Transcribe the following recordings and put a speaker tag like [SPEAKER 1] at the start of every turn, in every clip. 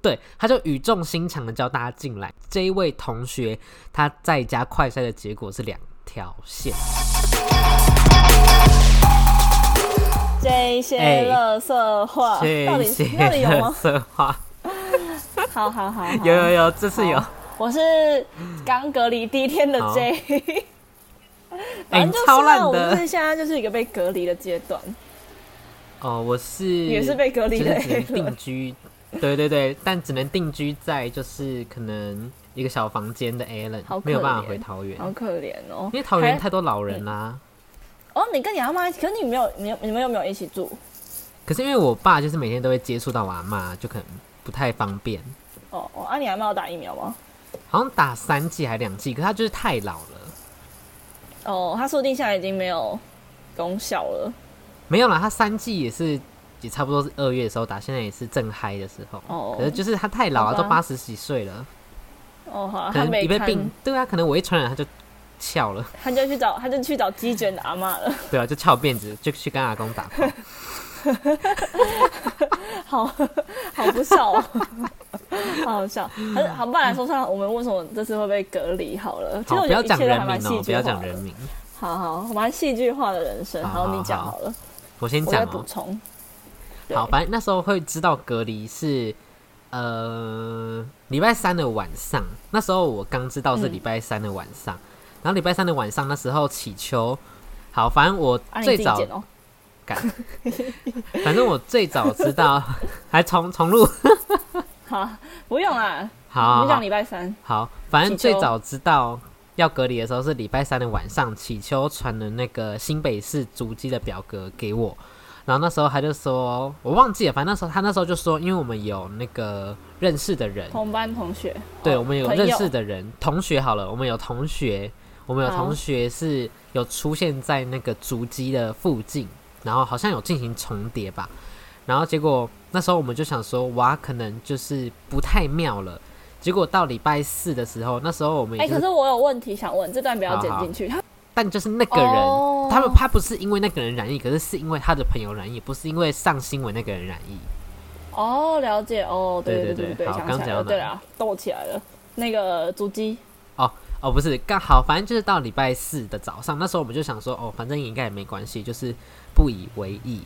[SPEAKER 1] 对，他就语重心长的叫大家进来。这一位同学他在家快筛的结果是两条线，
[SPEAKER 2] 这
[SPEAKER 1] 哎
[SPEAKER 2] 些乐色话、到
[SPEAKER 1] 谢
[SPEAKER 2] 底到底
[SPEAKER 1] 谢
[SPEAKER 2] 有
[SPEAKER 1] 乐
[SPEAKER 2] 吗？
[SPEAKER 1] 色话，
[SPEAKER 2] 好好好好，
[SPEAKER 1] 有有有，这次有，
[SPEAKER 2] 好我是刚隔离第一天的
[SPEAKER 1] 好
[SPEAKER 2] J，
[SPEAKER 1] 哎、
[SPEAKER 2] 反
[SPEAKER 1] 你
[SPEAKER 2] 正就是
[SPEAKER 1] 超
[SPEAKER 2] 呢
[SPEAKER 1] 烂
[SPEAKER 2] 我们
[SPEAKER 1] 的
[SPEAKER 2] 是现在就是一个被隔离的阶段，
[SPEAKER 1] 哦，我是
[SPEAKER 2] 也是被隔离
[SPEAKER 1] 就是
[SPEAKER 2] 的
[SPEAKER 1] 只能
[SPEAKER 2] A 轮
[SPEAKER 1] 定居，对对对，但只能定居在就是可能一个小房间的 Allen，
[SPEAKER 2] 好
[SPEAKER 1] 没有
[SPEAKER 2] 可
[SPEAKER 1] 办法
[SPEAKER 2] 怜
[SPEAKER 1] 回桃园，
[SPEAKER 2] 好可怜哦。
[SPEAKER 1] 因为桃园
[SPEAKER 2] 还
[SPEAKER 1] 太多老人啦、
[SPEAKER 2] 哦，你跟你阿妈一起，可是你没有，你你们有没有一起住？
[SPEAKER 1] 可是因为我爸就是每天都会接触到我阿妈，就可能不太方便。
[SPEAKER 2] 哦哦，啊，你阿妈有打疫苗吗？
[SPEAKER 1] 好像打三剂还两剂，可他就是太老了。
[SPEAKER 2] 哦，他说不定现在已经没有功效了。
[SPEAKER 1] 没有啦，他三剂也是也差不多是二月的时候打，现在也是正嗨的时候。
[SPEAKER 2] 哦
[SPEAKER 1] 可是就是他太老了，啊
[SPEAKER 2] 好吧
[SPEAKER 1] 都八十几岁了，
[SPEAKER 2] 哦，好啊，
[SPEAKER 1] 可
[SPEAKER 2] 他
[SPEAKER 1] 能
[SPEAKER 2] 没
[SPEAKER 1] 一被
[SPEAKER 2] 看，
[SPEAKER 1] 病，对啊，可能我一传染他就翘了，
[SPEAKER 2] 他就去找，他就去找鸡卷的阿妈了。
[SPEAKER 1] 对啊，就翘辫子，就去跟阿公打炮。
[SPEAKER 2] 好 好不笑、哦，好好笑。可是好，不然来说上我们为什么这次会被隔离好了？ 其实
[SPEAKER 1] 好，
[SPEAKER 2] 我
[SPEAKER 1] 不
[SPEAKER 2] 觉
[SPEAKER 1] 要
[SPEAKER 2] 得一
[SPEAKER 1] 讲
[SPEAKER 2] 切都还
[SPEAKER 1] 人
[SPEAKER 2] 蛮
[SPEAKER 1] 名
[SPEAKER 2] 戏
[SPEAKER 1] 哦，不
[SPEAKER 2] 剧
[SPEAKER 1] 要
[SPEAKER 2] 化
[SPEAKER 1] 讲
[SPEAKER 2] 的
[SPEAKER 1] 人。名，
[SPEAKER 2] 好好，蛮戏剧化的人生。
[SPEAKER 1] 好
[SPEAKER 2] 好，
[SPEAKER 1] 好
[SPEAKER 2] 你讲
[SPEAKER 1] 好
[SPEAKER 2] 好了，
[SPEAKER 1] 我先
[SPEAKER 2] 我
[SPEAKER 1] 讲哦、
[SPEAKER 2] 再补充。对
[SPEAKER 1] 好，反正那时候会知道隔离是，呃，礼拜三的晚上。那时候我刚知道是礼拜三的晚上，然后礼拜三的晚上那时候祈求，好，反正我
[SPEAKER 2] 啊，你自
[SPEAKER 1] 最
[SPEAKER 2] 己
[SPEAKER 1] 早
[SPEAKER 2] 剪哦。
[SPEAKER 1] 干，反正我最早知道， 还重重录，
[SPEAKER 2] 好，不用啦，我
[SPEAKER 1] 好
[SPEAKER 2] 们
[SPEAKER 1] 好
[SPEAKER 2] 讲礼拜三。
[SPEAKER 1] 好，反正
[SPEAKER 2] 祈求
[SPEAKER 1] 最早知道要隔离的时候是礼拜三的晚上，祈求传了那个新北市足迹的表格给我，然后那时候他就说，我忘记了，反正那时候他那时候就说，因为我们有那个认识的人，
[SPEAKER 2] 同班同学，
[SPEAKER 1] 对
[SPEAKER 2] 哦
[SPEAKER 1] 我们有
[SPEAKER 2] 朋友
[SPEAKER 1] 认识的人，同学好了，我们有同学，我们有
[SPEAKER 2] 好
[SPEAKER 1] 同学是有出现在那个足迹的附近，然后好像有进行重叠吧，然后结果那时候我们就想说，哇，可能就是不太妙了。结果到礼拜四的时候，那时候我们
[SPEAKER 2] 哎、
[SPEAKER 1] 也、就
[SPEAKER 2] 可
[SPEAKER 1] 是
[SPEAKER 2] 是我有问题想问，这段不要
[SPEAKER 1] 好
[SPEAKER 2] 剪
[SPEAKER 1] 好
[SPEAKER 2] 进去。
[SPEAKER 1] 但就是那个人，
[SPEAKER 2] 哦
[SPEAKER 1] 他们他不是因为那个人染疫，可是是因为他的朋友染疫，不是因为上新闻那个人染疫。
[SPEAKER 2] 哦，了解哦，对
[SPEAKER 1] 对
[SPEAKER 2] 对
[SPEAKER 1] 对
[SPEAKER 2] 对
[SPEAKER 1] 对好
[SPEAKER 2] 想
[SPEAKER 1] 刚
[SPEAKER 2] 起
[SPEAKER 1] 讲到
[SPEAKER 2] 来了，
[SPEAKER 1] 哪
[SPEAKER 2] 对啊，斗起来了。那个足迹，
[SPEAKER 1] 哦，不是，刚好，反正就是到礼拜四的早上，那时候我们就想说，哦，反正应该也没关系，就是不以为意。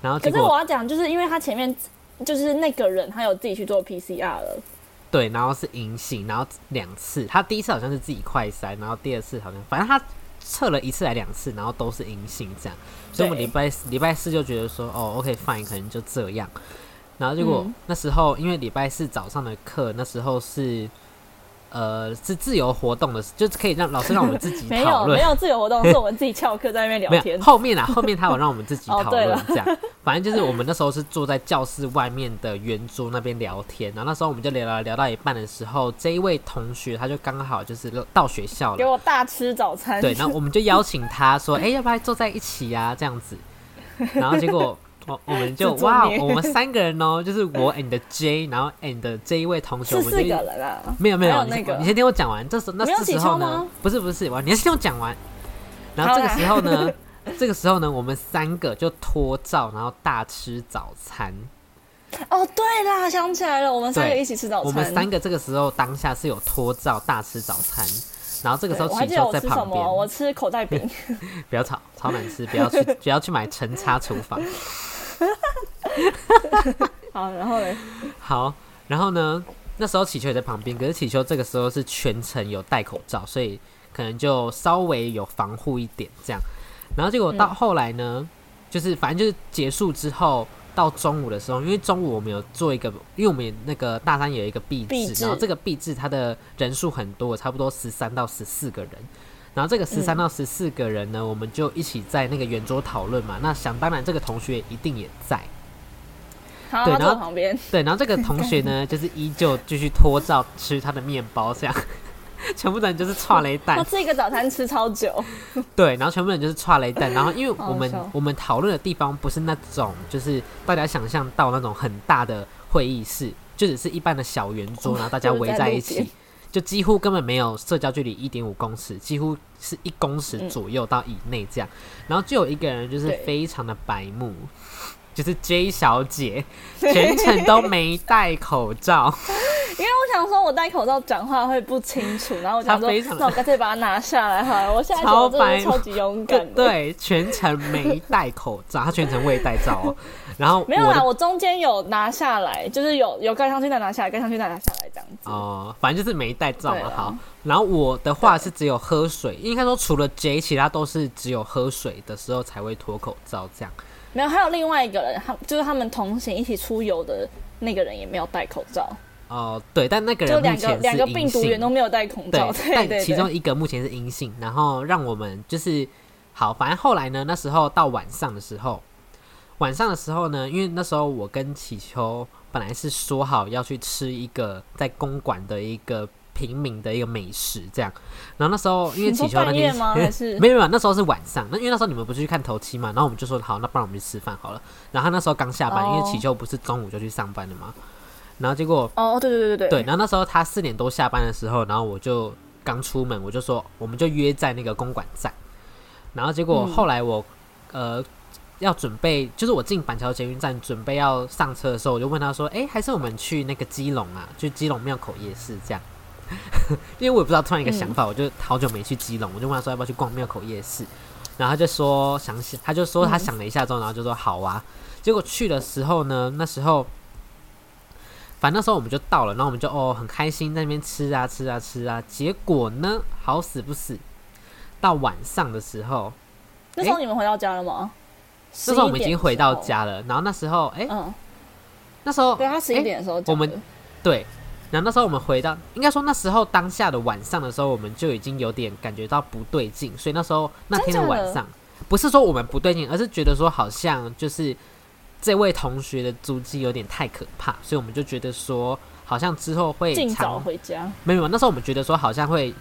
[SPEAKER 1] 然后
[SPEAKER 2] 可
[SPEAKER 1] 结
[SPEAKER 2] 是我
[SPEAKER 1] 果
[SPEAKER 2] 要讲，就是因为他前面就是那个人，他有自己去做 PCR 了，
[SPEAKER 1] 对，然后是阴性，然后两次，他第一次好像是自己快筛，然后第二次好像，反正他测了一次还两次，然后都是阴性这样，所以我们
[SPEAKER 2] 对
[SPEAKER 1] 礼拜四礼拜四就觉得说，哦，OK fine，可能就这样。然后结果、
[SPEAKER 2] 嗯
[SPEAKER 1] 那时候因为礼拜四早上的课，那时候是呃是自由活动的，就是可以让老师让我们自己
[SPEAKER 2] 没
[SPEAKER 1] 讨
[SPEAKER 2] 有
[SPEAKER 1] 论
[SPEAKER 2] 没，有自由活动，是我们自己翘课在那 边
[SPEAKER 1] 没
[SPEAKER 2] 聊天
[SPEAKER 1] 有，。后 面啊，后面他有让我们自己
[SPEAKER 2] 哦
[SPEAKER 1] 讨
[SPEAKER 2] 对
[SPEAKER 1] 论
[SPEAKER 2] 了
[SPEAKER 1] 这样。反正就是我们那时候是坐在教室外面的圆桌那边聊天，然后那时候我们就聊聊聊到一半的时候，这一位同学他就刚好就是到学校
[SPEAKER 2] 给
[SPEAKER 1] 了，
[SPEAKER 2] 我大吃早餐。
[SPEAKER 1] 对，然后我们就邀请他说，哎、要不要坐在一起呀、这样子。然后结果我我们就
[SPEAKER 2] 自作
[SPEAKER 1] 哇，
[SPEAKER 2] 孽
[SPEAKER 1] 我们三个人哦，就是我 and J，然后 and 这一位同学，
[SPEAKER 2] 是
[SPEAKER 1] 我们就
[SPEAKER 2] 四个
[SPEAKER 1] 一
[SPEAKER 2] 人啊，
[SPEAKER 1] 没有没有，
[SPEAKER 2] 还有
[SPEAKER 1] 你
[SPEAKER 2] 那
[SPEAKER 1] 先
[SPEAKER 2] 个
[SPEAKER 1] 你先听我讲完。这时候那
[SPEAKER 2] 没有
[SPEAKER 1] 这
[SPEAKER 2] 起
[SPEAKER 1] 时候
[SPEAKER 2] 床
[SPEAKER 1] 呢
[SPEAKER 2] 吗？
[SPEAKER 1] 不是不是，我你先听我讲完。然后
[SPEAKER 2] 好
[SPEAKER 1] 这
[SPEAKER 2] 啦
[SPEAKER 1] 个时候呢， 这个时候呢，我们三个就脱罩，然后大吃早餐。
[SPEAKER 2] 哦，对啦，想起来了，我们三个
[SPEAKER 1] 对
[SPEAKER 2] 一起吃早餐。
[SPEAKER 1] 我们三个这个时候当下是有脱罩大吃早餐，然后这个
[SPEAKER 2] 对
[SPEAKER 1] 时候
[SPEAKER 2] 我还
[SPEAKER 1] 启
[SPEAKER 2] 记得
[SPEAKER 1] 秋
[SPEAKER 2] 我
[SPEAKER 1] 在
[SPEAKER 2] 吃什
[SPEAKER 1] 旁
[SPEAKER 2] 么，我
[SPEAKER 1] 边，
[SPEAKER 2] 吃口 袋饼。
[SPEAKER 1] 不要吵，超难吃，不要去不要去买陈差厨房。
[SPEAKER 2] 好，然后嘞，
[SPEAKER 1] 好，然后呢，那时候祈求也在旁边，可是祈求这个时候是全程有戴口罩，所以可能就稍微有防护一点这样。然后结果到后来呢，就是反正就是结束之后。到中午的时候，因为中午我们有做一个，因为我们那个大三有一个壁
[SPEAKER 2] 壁
[SPEAKER 1] 制，
[SPEAKER 2] 制
[SPEAKER 1] 然后这个壁制它的人数很多，差不多十三到十四个人。然后这个十三到十四个人呢，我们就一起在那个圆桌讨论嘛。那想当然，这个同学一定也在。
[SPEAKER 2] 好，
[SPEAKER 1] 对
[SPEAKER 2] 他
[SPEAKER 1] 然
[SPEAKER 2] 坐
[SPEAKER 1] 后
[SPEAKER 2] 我旁边。
[SPEAKER 1] 对，然后这个同学 呢，就是依旧继续脱罩吃他的面包，这样， 全部的人就是串雷
[SPEAKER 2] 他
[SPEAKER 1] 蛋，
[SPEAKER 2] 这个早餐吃超久，
[SPEAKER 1] 对，然后全部人就是串雷蛋，然后因为
[SPEAKER 2] 好
[SPEAKER 1] 我们
[SPEAKER 2] 笑
[SPEAKER 1] 我们讨论的地方不是那种就是大家想象到那种很大的会议室，就只是一般的小圆桌，然后大家
[SPEAKER 2] 就是
[SPEAKER 1] 围
[SPEAKER 2] 在
[SPEAKER 1] 在
[SPEAKER 2] 路
[SPEAKER 1] 一起
[SPEAKER 2] 边，
[SPEAKER 1] 就几乎根本没有社交距离一点五公尺，几乎是一公尺左右到以内这样，然后就有一个人就是
[SPEAKER 2] 嗯对
[SPEAKER 1] 非常的白目，就是 J 小姐，全程都没戴口罩。
[SPEAKER 2] 因为我想说，我戴口罩讲话会不清楚，然后我想
[SPEAKER 1] 她
[SPEAKER 2] 说
[SPEAKER 1] 非常，
[SPEAKER 2] 那我干脆把它拿下来好了。我现在觉得
[SPEAKER 1] 超
[SPEAKER 2] 我真的
[SPEAKER 1] 白
[SPEAKER 2] 是超级勇敢的。，
[SPEAKER 1] 对，全程没戴口罩，她全程未戴罩 哦。然后
[SPEAKER 2] 没有啦，
[SPEAKER 1] 的
[SPEAKER 2] 我中间有拿下来，就是有有盖上去再拿下来，盖上去再拿下来这样子。
[SPEAKER 1] 哦、反正就是没戴罩
[SPEAKER 2] 对
[SPEAKER 1] 嘛。
[SPEAKER 2] 啊
[SPEAKER 1] 好，然后我的话是只有喝水，应该说除了 J，其他都是只有喝水的时候才会脱口罩这样。
[SPEAKER 2] 没有，还有另外一个人，他就是他们同行一起出游的那个人也没有戴口罩，
[SPEAKER 1] 哦、对，但那个
[SPEAKER 2] 就
[SPEAKER 1] 人
[SPEAKER 2] 两
[SPEAKER 1] 目
[SPEAKER 2] 个
[SPEAKER 1] 前
[SPEAKER 2] 两
[SPEAKER 1] 是
[SPEAKER 2] 个
[SPEAKER 1] 阴
[SPEAKER 2] 病毒源都
[SPEAKER 1] 性，
[SPEAKER 2] 没有戴 口罩，对对
[SPEAKER 1] 但
[SPEAKER 2] 对。
[SPEAKER 1] 其中一个目前是阴性，然后让我们就是好，反正后来呢，那时候到晚上的时候，晚上的时候呢，因为那时候我跟祈求本来是说好要去吃一个在公馆的一个平民的一个美食这样，然后那时候因为
[SPEAKER 2] 你
[SPEAKER 1] 祈
[SPEAKER 2] 说
[SPEAKER 1] 求那
[SPEAKER 2] 半夜
[SPEAKER 1] 天
[SPEAKER 2] 吗？还 是
[SPEAKER 1] 没有没有，那时候是晚上。那因为那时候你们不是去看头七嘛，然后我们就说好，那不然我们去吃饭好了。然后他那时候刚下班，因
[SPEAKER 2] 哦
[SPEAKER 1] 为祈求不是中午就去上班了嘛。然后结果
[SPEAKER 2] 哦，对对对对
[SPEAKER 1] 对，，然后那时候他四点多下班的时候，然后我就刚出门，我就说我们就约在那个公馆站。然后结果
[SPEAKER 2] 嗯
[SPEAKER 1] 后来我、呃要准备，就是我进板桥捷运站准备要上车的时候，我就问他说：“哎、还是我们去那个基隆啊，去基隆庙口夜市这样？” 因为我也不知道突然一个想法，我就好久没去基隆，我就问他说要不要去逛庙口夜市，然后他就说想想，他就说他想了一下之后，然后就说好啊。结果去的时候呢，那时候反正那时候我们就到了，然后我们就哦很开心在那边吃啊吃啊吃啊。结果呢，好死不死，到晚上的时候，
[SPEAKER 2] 那时候你们回到家了吗？
[SPEAKER 1] 那时候我们已
[SPEAKER 2] 11
[SPEAKER 1] 经
[SPEAKER 2] 点
[SPEAKER 1] 回到
[SPEAKER 2] 的时候。
[SPEAKER 1] 家了。然后那时候，哎、
[SPEAKER 2] 嗯，
[SPEAKER 1] 那时候
[SPEAKER 2] 对啊他十一
[SPEAKER 1] 诶
[SPEAKER 2] 点的时候讲的，
[SPEAKER 1] 我们对，然后那时候我们回到，应该说那时候当下的晚上的时候，我们就已经有点感觉到不对劲，所以那时候那天的
[SPEAKER 2] 真假的
[SPEAKER 1] 晚上，不是说我们不对劲，而是觉得说好像就是这位同学的足迹有点太可怕，所以我们就觉得说好像之后会
[SPEAKER 2] 尽早
[SPEAKER 1] 常
[SPEAKER 2] 回家。
[SPEAKER 1] 没有，那时候我们觉得说好像会。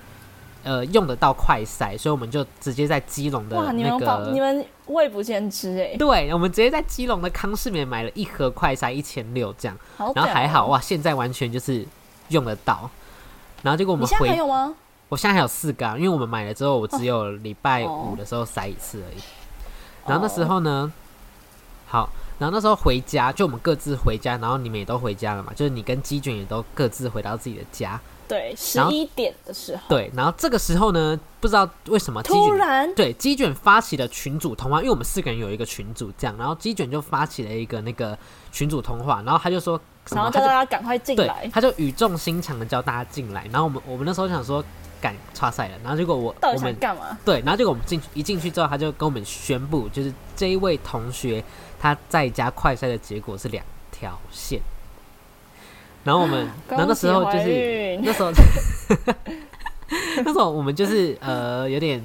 [SPEAKER 1] 呃，用得到快筛，所以我们就直接在基隆的
[SPEAKER 2] 哇，你
[SPEAKER 1] 那
[SPEAKER 2] 们保
[SPEAKER 1] 个
[SPEAKER 2] 你们未不见之哎，
[SPEAKER 1] 对，我们直接在基隆的康世美买了一盒快筛一千六这样，
[SPEAKER 2] 好
[SPEAKER 1] 然后
[SPEAKER 2] 屌
[SPEAKER 1] 还好
[SPEAKER 2] 哦，
[SPEAKER 1] 哇，现在完全就是用得到。然后结果我
[SPEAKER 2] 你
[SPEAKER 1] 们
[SPEAKER 2] 现在还
[SPEAKER 1] 回，
[SPEAKER 2] 有哦吗？
[SPEAKER 1] 我现在还有四个、啊，因为我们买了之后，我只有礼拜五的时候塞一次而已。
[SPEAKER 2] 哦
[SPEAKER 1] 然后那时候呢，好，然后那时候回家，就我们各自回家，然后你们也都回家了嘛，就是你跟鸡卷也都各自回到自己的家。
[SPEAKER 2] 对，十
[SPEAKER 1] 然后
[SPEAKER 2] 一点的时候，
[SPEAKER 1] 对，然后这个时候呢，不知道为什么鸡
[SPEAKER 2] 突
[SPEAKER 1] 卷
[SPEAKER 2] 然
[SPEAKER 1] 对，鸡卷发起了群主通话，因为我们四个人有一个群主这样，然后鸡卷就发起了一个那个群主通话，然后他就说什
[SPEAKER 2] 然
[SPEAKER 1] 么，
[SPEAKER 2] 后
[SPEAKER 1] 他
[SPEAKER 2] 叫
[SPEAKER 1] 就
[SPEAKER 2] 大家赶快进
[SPEAKER 1] 对
[SPEAKER 2] 来，，
[SPEAKER 1] 他就语重心长的叫大家进来，然后我们我们那时候想说赶差赛了，然后结果我
[SPEAKER 2] 到
[SPEAKER 1] 我
[SPEAKER 2] 底想
[SPEAKER 1] 们
[SPEAKER 2] 干嘛？
[SPEAKER 1] 对，然后结果我们进去一进去之后，他就跟我们宣布，就是这一位同学他在家快筛的结果是两条线，然后我 们，然后那时候就
[SPEAKER 2] 恭喜怀
[SPEAKER 1] 是。
[SPEAKER 2] 孕
[SPEAKER 1] 那时候，那时候我们就是呃，有点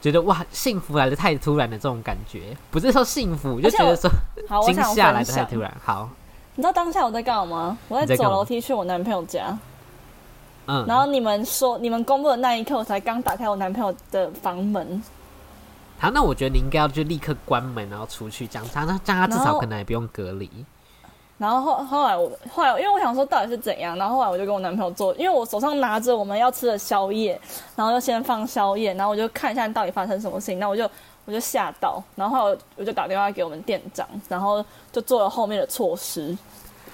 [SPEAKER 1] 觉得哇，幸福来的太突然的这种感觉，不是说幸福，就
[SPEAKER 2] 而且
[SPEAKER 1] 觉得
[SPEAKER 2] 我
[SPEAKER 1] 说
[SPEAKER 2] 好，我
[SPEAKER 1] 惊
[SPEAKER 2] 想
[SPEAKER 1] 吓来
[SPEAKER 2] 分
[SPEAKER 1] 的太
[SPEAKER 2] 享。
[SPEAKER 1] 突然。好，
[SPEAKER 2] 你知道当下我在干嘛吗？我
[SPEAKER 1] 你
[SPEAKER 2] 在
[SPEAKER 1] 在干
[SPEAKER 2] 走
[SPEAKER 1] 嘛
[SPEAKER 2] 楼梯去我男朋友家，
[SPEAKER 1] 嗯，
[SPEAKER 2] 然后你们说你们公布的那一刻，我才刚打开我男朋友的房门，
[SPEAKER 1] 好，那我觉得你应该要就立刻关门，然后出去，这样他那这样他至
[SPEAKER 2] 然
[SPEAKER 1] 少
[SPEAKER 2] 后
[SPEAKER 1] 可能也不用隔离。
[SPEAKER 2] 然后后后来我后来，因为我想说到底是怎样，然后后来我就跟我男朋友做，因为我手上拿着我们要吃的宵夜，然后就先放宵夜，然后我就看一下到底发生什么事情，那我就我就吓到，然后后来我我就打电话给我们店长，然后就做了后面的措施，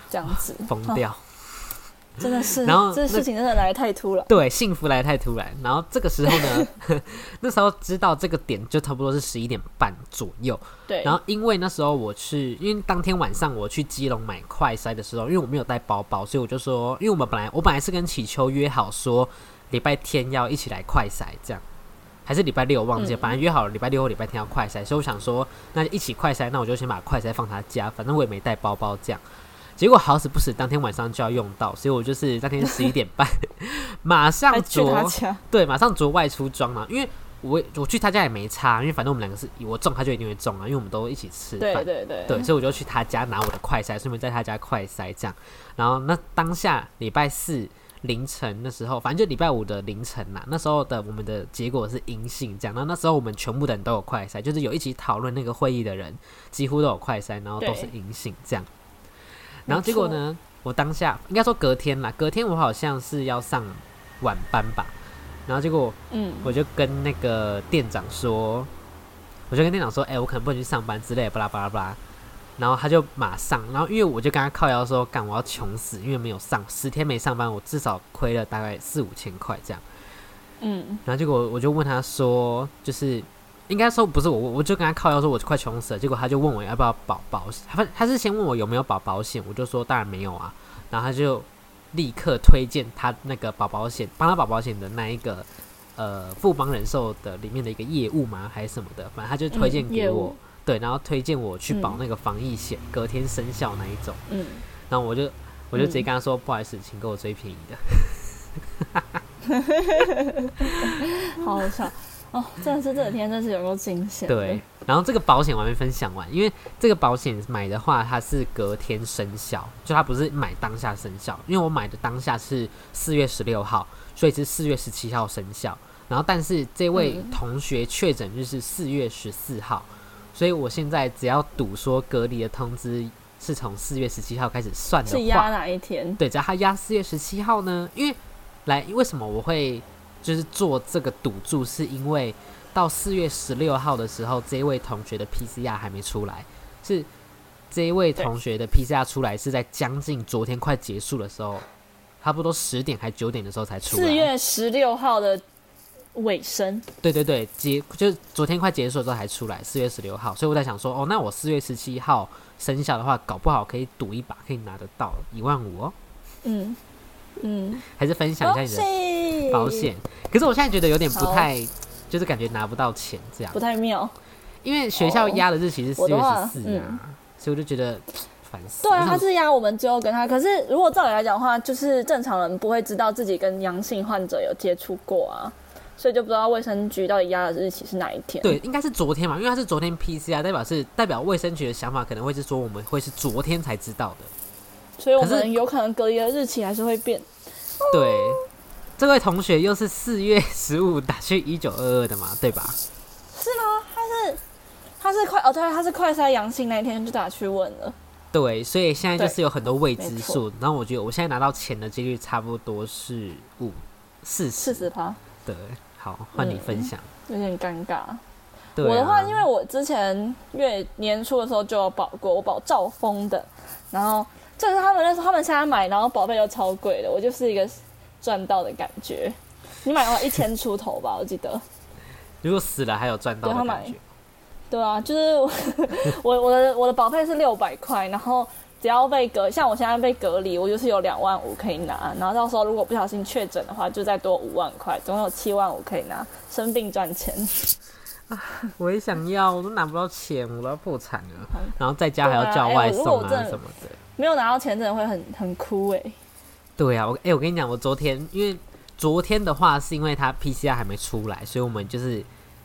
[SPEAKER 2] 这样子，
[SPEAKER 1] 疯
[SPEAKER 2] 啊
[SPEAKER 1] 掉，
[SPEAKER 2] 真的是，
[SPEAKER 1] 然后
[SPEAKER 2] 这事情真的来得太突然，
[SPEAKER 1] 对，幸福来得太突然。然后这个时候呢， 那时候知道这个点就差不多是十一点半左右，
[SPEAKER 2] 对，
[SPEAKER 1] 然后因为那时候我去，因为当天晚上我去基隆买快筛的时候，因为我没有带包包，所以我就说，因为我们本来我本来是跟祈秋约好说礼拜天要一起来快筛这样。还是礼拜六忘记了，
[SPEAKER 2] 嗯
[SPEAKER 1] 反正约好了礼拜六或礼拜天要快筛，所以我想说，那就一起快筛，那我就先把快筛放他家，反正我也没带包包这样。结果好死不死，当天晚上就要用到，所以我就是当天十一点半， 马上
[SPEAKER 2] 还去
[SPEAKER 1] 着
[SPEAKER 2] 他家，
[SPEAKER 1] 对，马上着外出装嘛，因为我我去他家也没差，因为反正我们两个是我中他就一定会中啊，因为我们都一起吃
[SPEAKER 2] 对
[SPEAKER 1] 饭，
[SPEAKER 2] 对对
[SPEAKER 1] 对，所以我就去他家拿我的快筛，顺便在他家快筛这样。然后那当下礼拜四凌晨的时候，反正就礼拜五的凌晨啦，那时候的我们的结果是阴性这样。然后那时候我们全部的人都有快筛，就是有一起讨论那个会议的人几乎都有快筛，然后都是阴性这样。然后结果呢，我当下应该说隔天啦，隔天我好像是要上晚班吧，然后结果
[SPEAKER 2] 嗯，
[SPEAKER 1] 我就跟那个店长说，我就跟店长说，哎、我可能不能去上班之类的，巴拉巴拉巴拉。然后他就马上，然后因为我就跟他靠腰说，干我要穷死，因为没有上十天没上班，我至少亏了大概四五千块这样。
[SPEAKER 2] 嗯，
[SPEAKER 1] 然后结果我就问他说，就是应该说不是我，我就跟他靠腰说我快穷死了。结果他就问我要不要保保险，他他是先问我有没有保保险，我就说当然没有啊。然后他就立刻推荐他那个保保险，帮他保保险的那一个呃富邦人寿的里面的一个业务嘛，还是什么的，反正他就推荐
[SPEAKER 2] 嗯
[SPEAKER 1] 给
[SPEAKER 2] 业
[SPEAKER 1] 我，
[SPEAKER 2] 务
[SPEAKER 1] 对，然后推荐我去保
[SPEAKER 2] 嗯
[SPEAKER 1] 那个防疫险，隔天生效那一种。
[SPEAKER 2] 嗯，
[SPEAKER 1] 然后我就我就直接跟他说，不好意思，请给我最便宜的。
[SPEAKER 2] 好好笑哦！真的是这几天真是有够惊险。
[SPEAKER 1] 对，，然后这个保险我还没分享完，因为这个保险买的话，它是隔天生效，就它不是买当下生效，因为我买的当下是四月十六号，所以是四月十七号生效。然后，但是这位
[SPEAKER 2] 嗯
[SPEAKER 1] 同学确诊日是四月十四号，所以我现在只要赌说隔离的通知是从四月十七号开始算的
[SPEAKER 2] 是
[SPEAKER 1] 话
[SPEAKER 2] 压，哪一天？
[SPEAKER 1] 对，只要他压四月十七号呢，因为来为什么我会就是做这个赌注，是因为到四月十六号的时候，这一位同学的 PCR 还没出来，是这一位
[SPEAKER 2] 对
[SPEAKER 1] 同学的 PCR 出来是在将近昨天快结束的时候，差不多十点还九点的时候才出来。
[SPEAKER 2] 四月十六号的尾声，
[SPEAKER 1] 对对对，结就是昨天快结束的时候才出来，四月十六号，所以我在想说，哦，那我四月十七号生效的话，搞不好可以赌一把，可以拿得到一万五哦，
[SPEAKER 2] 嗯嗯，哦
[SPEAKER 1] 还是分享一下你的
[SPEAKER 2] 喜
[SPEAKER 1] 保险，可是我现在觉得有点不太，就是感觉拿不到钱这样
[SPEAKER 2] 不，太妙。
[SPEAKER 1] 因为学校压的日期是四
[SPEAKER 2] 我
[SPEAKER 1] 月
[SPEAKER 2] 的
[SPEAKER 1] 十
[SPEAKER 2] 话嗯
[SPEAKER 1] 四啊，所以我就觉得烦死。
[SPEAKER 2] 对啊，
[SPEAKER 1] 我
[SPEAKER 2] 他
[SPEAKER 1] 想
[SPEAKER 2] 是压我们最后跟他，可是如果照理来讲的话，就是正常人不会知道自己跟阳性患者有接触过啊，所以就不知道卫生局到底压的日期是哪一天。，
[SPEAKER 1] 对，应该是昨天嘛，因为他是昨天 PCR，代表是代表卫生局的想法可能会是说我们会是昨天才知道的。
[SPEAKER 2] 所以我
[SPEAKER 1] 可是
[SPEAKER 2] 们有可能隔离的日期还是会变。
[SPEAKER 1] 对，这位同学又是四月十五打去一九二二的嘛，对吧？
[SPEAKER 2] 是吗？他是他是快哦，对，他是快筛阳性那一天就打去问了。
[SPEAKER 1] 对，所以现在就
[SPEAKER 2] 对
[SPEAKER 1] 是有很多未知
[SPEAKER 2] 没错
[SPEAKER 1] 数，然后我觉得我现在拿到钱的几率差不多是五四
[SPEAKER 2] 四
[SPEAKER 1] 十
[SPEAKER 2] 十趴，
[SPEAKER 1] 对，好，换你分享。
[SPEAKER 2] 有点尴尬。
[SPEAKER 1] 对
[SPEAKER 2] 我的
[SPEAKER 1] 啊
[SPEAKER 2] 话，因为我之前月年初的时候就有保过，我保兆丰的，然后就是他们那时候他们现在买，然后保费又超贵的，我就是一个赚到的感觉。你买了一千出头吧，我记得。
[SPEAKER 1] 如果死了还有赚到
[SPEAKER 2] 对
[SPEAKER 1] 的
[SPEAKER 2] 他
[SPEAKER 1] 感
[SPEAKER 2] 买
[SPEAKER 1] 觉，
[SPEAKER 2] 对啊，就是 我我我的我的保费是六百块，然后只要被隔，像我现在被隔离，我就是有两万五可以拿，然后到时候如果不小心确诊的话，就再多五万块，总共有七万五可以拿，生病赚钱。
[SPEAKER 1] 我也想要，我都拿不到钱，我都要破产了
[SPEAKER 2] 嗯。
[SPEAKER 1] 然后在家还要叫外送啊
[SPEAKER 2] 对啊哎我如果我真的
[SPEAKER 1] 什么的。
[SPEAKER 2] 没有拿到钱真的会很很枯萎。
[SPEAKER 1] 对啊，我哎、我跟你讲，我昨天因为昨天的话是因为他 PCR 还没出来，所以我们就是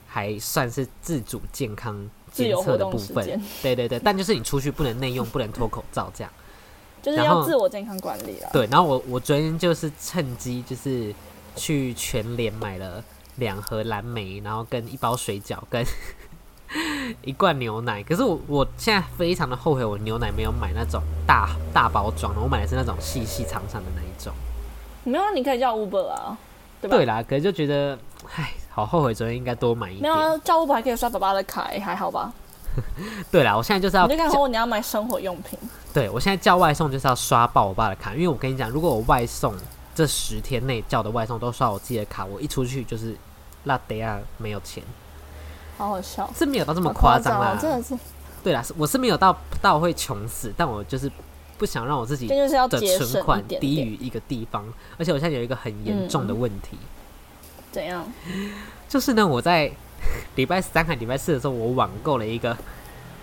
[SPEAKER 1] 还算是自主健康
[SPEAKER 2] 自
[SPEAKER 1] 监
[SPEAKER 2] 由
[SPEAKER 1] 测
[SPEAKER 2] 活
[SPEAKER 1] 的
[SPEAKER 2] 动
[SPEAKER 1] 部
[SPEAKER 2] 时
[SPEAKER 1] 分
[SPEAKER 2] 间。
[SPEAKER 1] 对对对，但就是你出去不能内用，不能脱口罩这样。
[SPEAKER 2] 就是
[SPEAKER 1] 然
[SPEAKER 2] 要
[SPEAKER 1] 后
[SPEAKER 2] 自我健康管理啦。
[SPEAKER 1] 对，然后我我昨天就是趁机就是去全联买了两盒蓝莓，然后跟一包水饺跟 一罐牛奶。可是我我现在非常的后悔，我牛奶没有买那种大大包装的，我买的是那种细细长长的那一种。
[SPEAKER 2] 没有啊，你可以叫 Uber 啊，对吧？
[SPEAKER 1] 对啦，可是就觉得，唉，好后悔昨天应该多买一
[SPEAKER 2] 没
[SPEAKER 1] 点
[SPEAKER 2] 有。啊，叫 Uber 还可以刷爸爸的卡，还好吧？
[SPEAKER 1] 对啦，我现在就是要
[SPEAKER 2] 你就跟他说你要买生活用品，
[SPEAKER 1] 对我现在叫外送就是要刷爆我爸的卡，因为我跟你讲，如果我外送这十天内叫的外送都刷我自己的卡，我一出去就是拉德亚没有钱，
[SPEAKER 2] 好好笑，
[SPEAKER 1] 是没有到这么
[SPEAKER 2] 好夸
[SPEAKER 1] 张啊啦
[SPEAKER 2] 哦。真的是，
[SPEAKER 1] 对啦，是我是没有到到会穷死，但我就是不想让我自己
[SPEAKER 2] 这就是要
[SPEAKER 1] 的
[SPEAKER 2] 节
[SPEAKER 1] 存
[SPEAKER 2] 省一
[SPEAKER 1] 款
[SPEAKER 2] 点
[SPEAKER 1] 低
[SPEAKER 2] 点。
[SPEAKER 1] 于一个地方，而且我现在有一个很严重的问题，
[SPEAKER 2] 怎样？
[SPEAKER 1] 就是呢，我在 礼拜三还礼拜四的时候，我网购了一个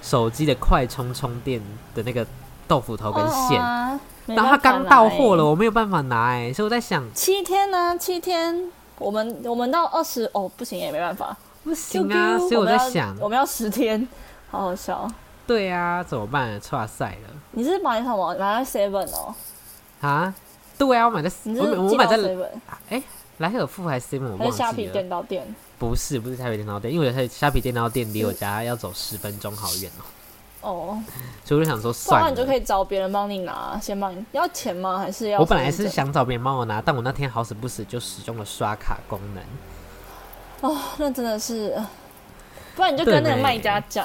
[SPEAKER 1] 手机的快充充电的那个豆腐头跟线。
[SPEAKER 2] 哦啊没
[SPEAKER 1] 然后它
[SPEAKER 2] 办法
[SPEAKER 1] 刚到
[SPEAKER 2] 啦
[SPEAKER 1] 货了，
[SPEAKER 2] 欸
[SPEAKER 1] 我没有办法拿哎、所以我在想，
[SPEAKER 2] 七天呢、七天。我们我们到二十哦，不行也没办法。
[SPEAKER 1] 不行啊，
[SPEAKER 2] 啾啾
[SPEAKER 1] 所以我在
[SPEAKER 2] 们要
[SPEAKER 1] 想，
[SPEAKER 2] 我们要十天，好好笑。
[SPEAKER 1] 对啊，怎么办？差赛了
[SPEAKER 2] 你是买什么？买在 Seven 哦，
[SPEAKER 1] 啊？对啊，我买在
[SPEAKER 2] 你是
[SPEAKER 1] 我买我
[SPEAKER 2] 寄
[SPEAKER 1] 买
[SPEAKER 2] 到
[SPEAKER 1] 在
[SPEAKER 2] Seven
[SPEAKER 1] 哎莱尔富还是 seven 我
[SPEAKER 2] 还
[SPEAKER 1] 忘
[SPEAKER 2] 是虾
[SPEAKER 1] 记
[SPEAKER 2] 皮
[SPEAKER 1] 了，
[SPEAKER 2] 店到店？
[SPEAKER 1] 不是不是虾皮电脑店，因为我在虾皮电脑店离我家要走十分钟，好远哦、
[SPEAKER 2] 哦，
[SPEAKER 1] 所以我就想说
[SPEAKER 2] 不
[SPEAKER 1] 算
[SPEAKER 2] 然你就可
[SPEAKER 1] 了。
[SPEAKER 2] 以找别人帮你拿，先帮你要钱吗？还是要？
[SPEAKER 1] 我本来是，想找别人帮我拿，但我那天好死不死就使用了刷卡功能。
[SPEAKER 2] 哦，那真的是，不然你就跟
[SPEAKER 1] 对
[SPEAKER 2] 那个
[SPEAKER 1] 没
[SPEAKER 2] 卖家讲，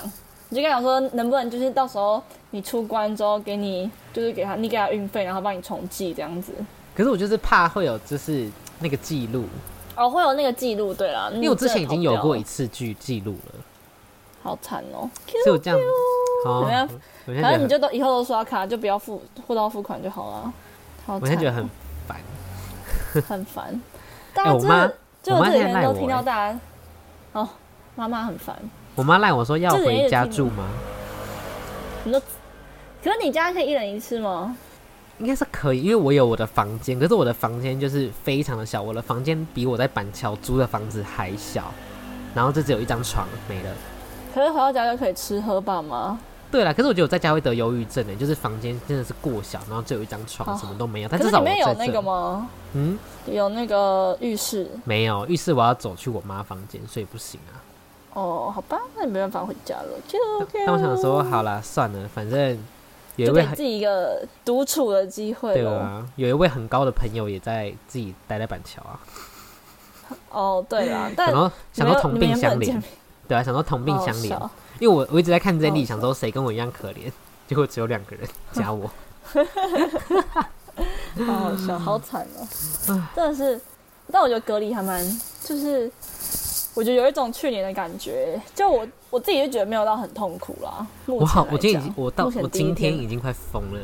[SPEAKER 2] 你就跟他讲说，能不能就是到时候你出关之后给你就是给他你给他运费，然后帮你重寄这样子。
[SPEAKER 1] 可是我就是怕会有就是那个记录，
[SPEAKER 2] 哦，会有那个记录，对啦，因
[SPEAKER 1] 因为我之前已经有过一次记记录了，
[SPEAKER 2] 好惨哦。
[SPEAKER 1] 所以我这样，好，
[SPEAKER 2] 怎么样
[SPEAKER 1] 我现在
[SPEAKER 2] 反
[SPEAKER 1] 觉得很
[SPEAKER 2] 正你就都以后都刷卡，就不要付货到付款就好了。好
[SPEAKER 1] 我
[SPEAKER 2] 惨
[SPEAKER 1] 现在觉得很烦。
[SPEAKER 2] 很 烦。大家
[SPEAKER 1] 我
[SPEAKER 2] 真
[SPEAKER 1] 妈
[SPEAKER 2] 的，就
[SPEAKER 1] 我
[SPEAKER 2] 我
[SPEAKER 1] 妈
[SPEAKER 2] 这几
[SPEAKER 1] 现在
[SPEAKER 2] 天
[SPEAKER 1] 赖
[SPEAKER 2] 都
[SPEAKER 1] 我
[SPEAKER 2] 听到
[SPEAKER 1] 欸
[SPEAKER 2] 大家，哦，妈妈很烦。
[SPEAKER 1] 我妈赖我说要
[SPEAKER 2] 这个也
[SPEAKER 1] 回
[SPEAKER 2] 有
[SPEAKER 1] 家
[SPEAKER 2] 听
[SPEAKER 1] 住吗？
[SPEAKER 2] 你说，可是你家可以一人一次吗？
[SPEAKER 1] 应该是可以，因为我有我的房间，可是我的房间就是非常的小，我的房间比我在板桥租的房子还小，然后就只有一张床没了。
[SPEAKER 2] 可是回到家就可以吃喝吧吗？
[SPEAKER 1] 对了，可是我觉得我在家会得忧郁症诶，就是房间真的是过小，然后只有一张床，
[SPEAKER 2] 哦
[SPEAKER 1] 什么都没有。但
[SPEAKER 2] 可
[SPEAKER 1] 至
[SPEAKER 2] 是
[SPEAKER 1] 少我
[SPEAKER 2] 里
[SPEAKER 1] 在
[SPEAKER 2] 面有那
[SPEAKER 1] 这
[SPEAKER 2] 个，吗？
[SPEAKER 1] 嗯，
[SPEAKER 2] 有那个浴室
[SPEAKER 1] 没有。浴室我要走去我妈房间，所以不行啊。
[SPEAKER 2] 哦，好吧，那你没办法回家了。就啊
[SPEAKER 1] 但我想说，好啦，算了，反正有一
[SPEAKER 2] 就
[SPEAKER 1] 位
[SPEAKER 2] 给
[SPEAKER 1] 很
[SPEAKER 2] 自己一个独处的机会
[SPEAKER 1] 对
[SPEAKER 2] 了。
[SPEAKER 1] 啊，有一位很高的朋友也在自己待在板桥啊，
[SPEAKER 2] 哦，对啦，但
[SPEAKER 1] 想到想
[SPEAKER 2] 没
[SPEAKER 1] 到
[SPEAKER 2] 有
[SPEAKER 1] 同
[SPEAKER 2] 你
[SPEAKER 1] 病
[SPEAKER 2] 们原本
[SPEAKER 1] 相怜
[SPEAKER 2] 见，
[SPEAKER 1] 对啊，想到同病
[SPEAKER 2] 好
[SPEAKER 1] 相怜
[SPEAKER 2] 笑，
[SPEAKER 1] 因为我我一直在看 Zendy，
[SPEAKER 2] 哦好
[SPEAKER 1] 想说谁跟我一样可怜， 结果只有两个 人加我。
[SPEAKER 2] 好好笑，好惨哦、真的是，但我觉得隔离还蛮，就是我觉得有一种去年的感觉，就我我自己就觉得没有到很痛苦啦。目
[SPEAKER 1] 我
[SPEAKER 2] 前
[SPEAKER 1] 好，
[SPEAKER 2] 来
[SPEAKER 1] 我今天已
[SPEAKER 2] 讲
[SPEAKER 1] 经我到
[SPEAKER 2] 目前
[SPEAKER 1] 我
[SPEAKER 2] 第一
[SPEAKER 1] 今天已经快疯了，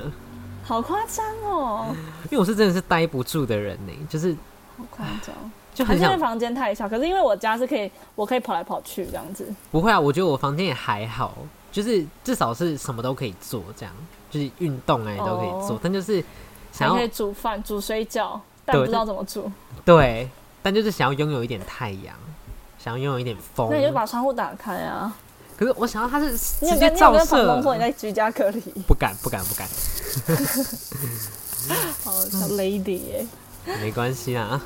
[SPEAKER 2] 好夸张哦，
[SPEAKER 1] 因为我是真的是待不住的人呢、就是
[SPEAKER 2] 好夸张。
[SPEAKER 1] 就
[SPEAKER 2] 可
[SPEAKER 1] 很
[SPEAKER 2] 是因为
[SPEAKER 1] 想
[SPEAKER 2] 啊房间太小，可是因为我家是可以，我可以跑来跑去这样子。
[SPEAKER 1] 不会啊，我觉得我房间也还好，就是至少是什么都可以做，这样就是运动啊也都可以做，
[SPEAKER 2] 哦
[SPEAKER 1] 但就是
[SPEAKER 2] 还
[SPEAKER 1] 想
[SPEAKER 2] 可以
[SPEAKER 1] 要
[SPEAKER 2] 煮饭、煮水饺，但
[SPEAKER 1] 对
[SPEAKER 2] 不知道怎么煮。
[SPEAKER 1] 对，但就是想要拥有一点太阳，想要拥有一点风
[SPEAKER 2] 那。你就把窗户打开啊！
[SPEAKER 1] 可是我想要它是直
[SPEAKER 2] 你有
[SPEAKER 1] 接
[SPEAKER 2] 跟你有
[SPEAKER 1] 照
[SPEAKER 2] 跟房
[SPEAKER 1] 射
[SPEAKER 2] 东，说你在居家隔离？
[SPEAKER 1] 不敢不敢不敢，
[SPEAKER 2] 好像
[SPEAKER 1] 嗯
[SPEAKER 2] lady 耶、
[SPEAKER 1] 没关系啊。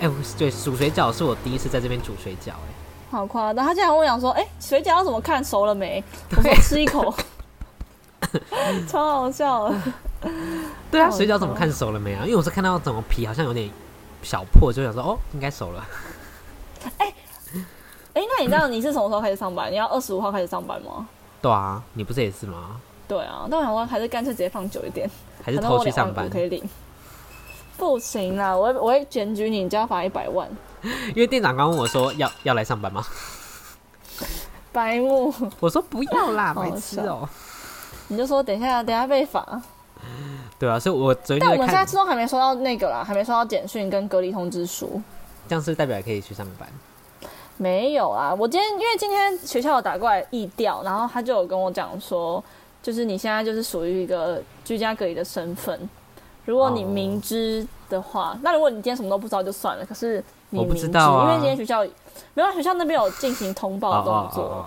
[SPEAKER 1] 哎、我对，煮水饺是我第一次在这边煮水饺、哎。
[SPEAKER 2] 好夸张！他竟然问我讲说：“哎、水饺要怎么看熟了没？”我
[SPEAKER 1] 对
[SPEAKER 2] 说：“吃一 口。” 超好笑的。
[SPEAKER 1] 对啊，
[SPEAKER 2] 好
[SPEAKER 1] 水饺怎么看熟了没啊？因为我是看到整个皮好像有点小破，就想说哦，应该熟了。
[SPEAKER 2] 哎、那你知道你是什么时候开始上班？你要二十五号开始上班吗？
[SPEAKER 1] 对啊，你不是也是吗？
[SPEAKER 2] 对啊，但我想说，还是干脆直接放久一点，
[SPEAKER 1] 还是
[SPEAKER 2] 反正我
[SPEAKER 1] 偷去
[SPEAKER 2] 两
[SPEAKER 1] 上
[SPEAKER 2] 万五
[SPEAKER 1] 班？
[SPEAKER 2] 可以领。不行啦，我会我会检举你，你就要罚一百万。
[SPEAKER 1] 因为店长刚问我说要要来上班吗？
[SPEAKER 2] 白目，
[SPEAKER 1] 我说不要 啦，
[SPEAKER 2] 好
[SPEAKER 1] 白痴哦、
[SPEAKER 2] 你就说等一下，等一下被罚。
[SPEAKER 1] 对啊，所以我昨天
[SPEAKER 2] 但我
[SPEAKER 1] 就在
[SPEAKER 2] 们现在
[SPEAKER 1] 看，
[SPEAKER 2] 之后还没收到那个啦，还没收到简讯跟隔离通知书。
[SPEAKER 1] 这样是不是代表可以去上班。
[SPEAKER 2] 没有啦，我今天因为今天学校有打过来意调，然后他就有跟我讲说，就是你现在就是属于一个居家隔离的身份。如果你
[SPEAKER 1] 哦
[SPEAKER 2] 明知的话，那如果你今天什么都不知道就算了，可是你
[SPEAKER 1] 我不
[SPEAKER 2] 明
[SPEAKER 1] 知
[SPEAKER 2] 知，
[SPEAKER 1] 道啊
[SPEAKER 2] 因为今天学校没有学校那边有进行通报的动作，
[SPEAKER 1] 哦！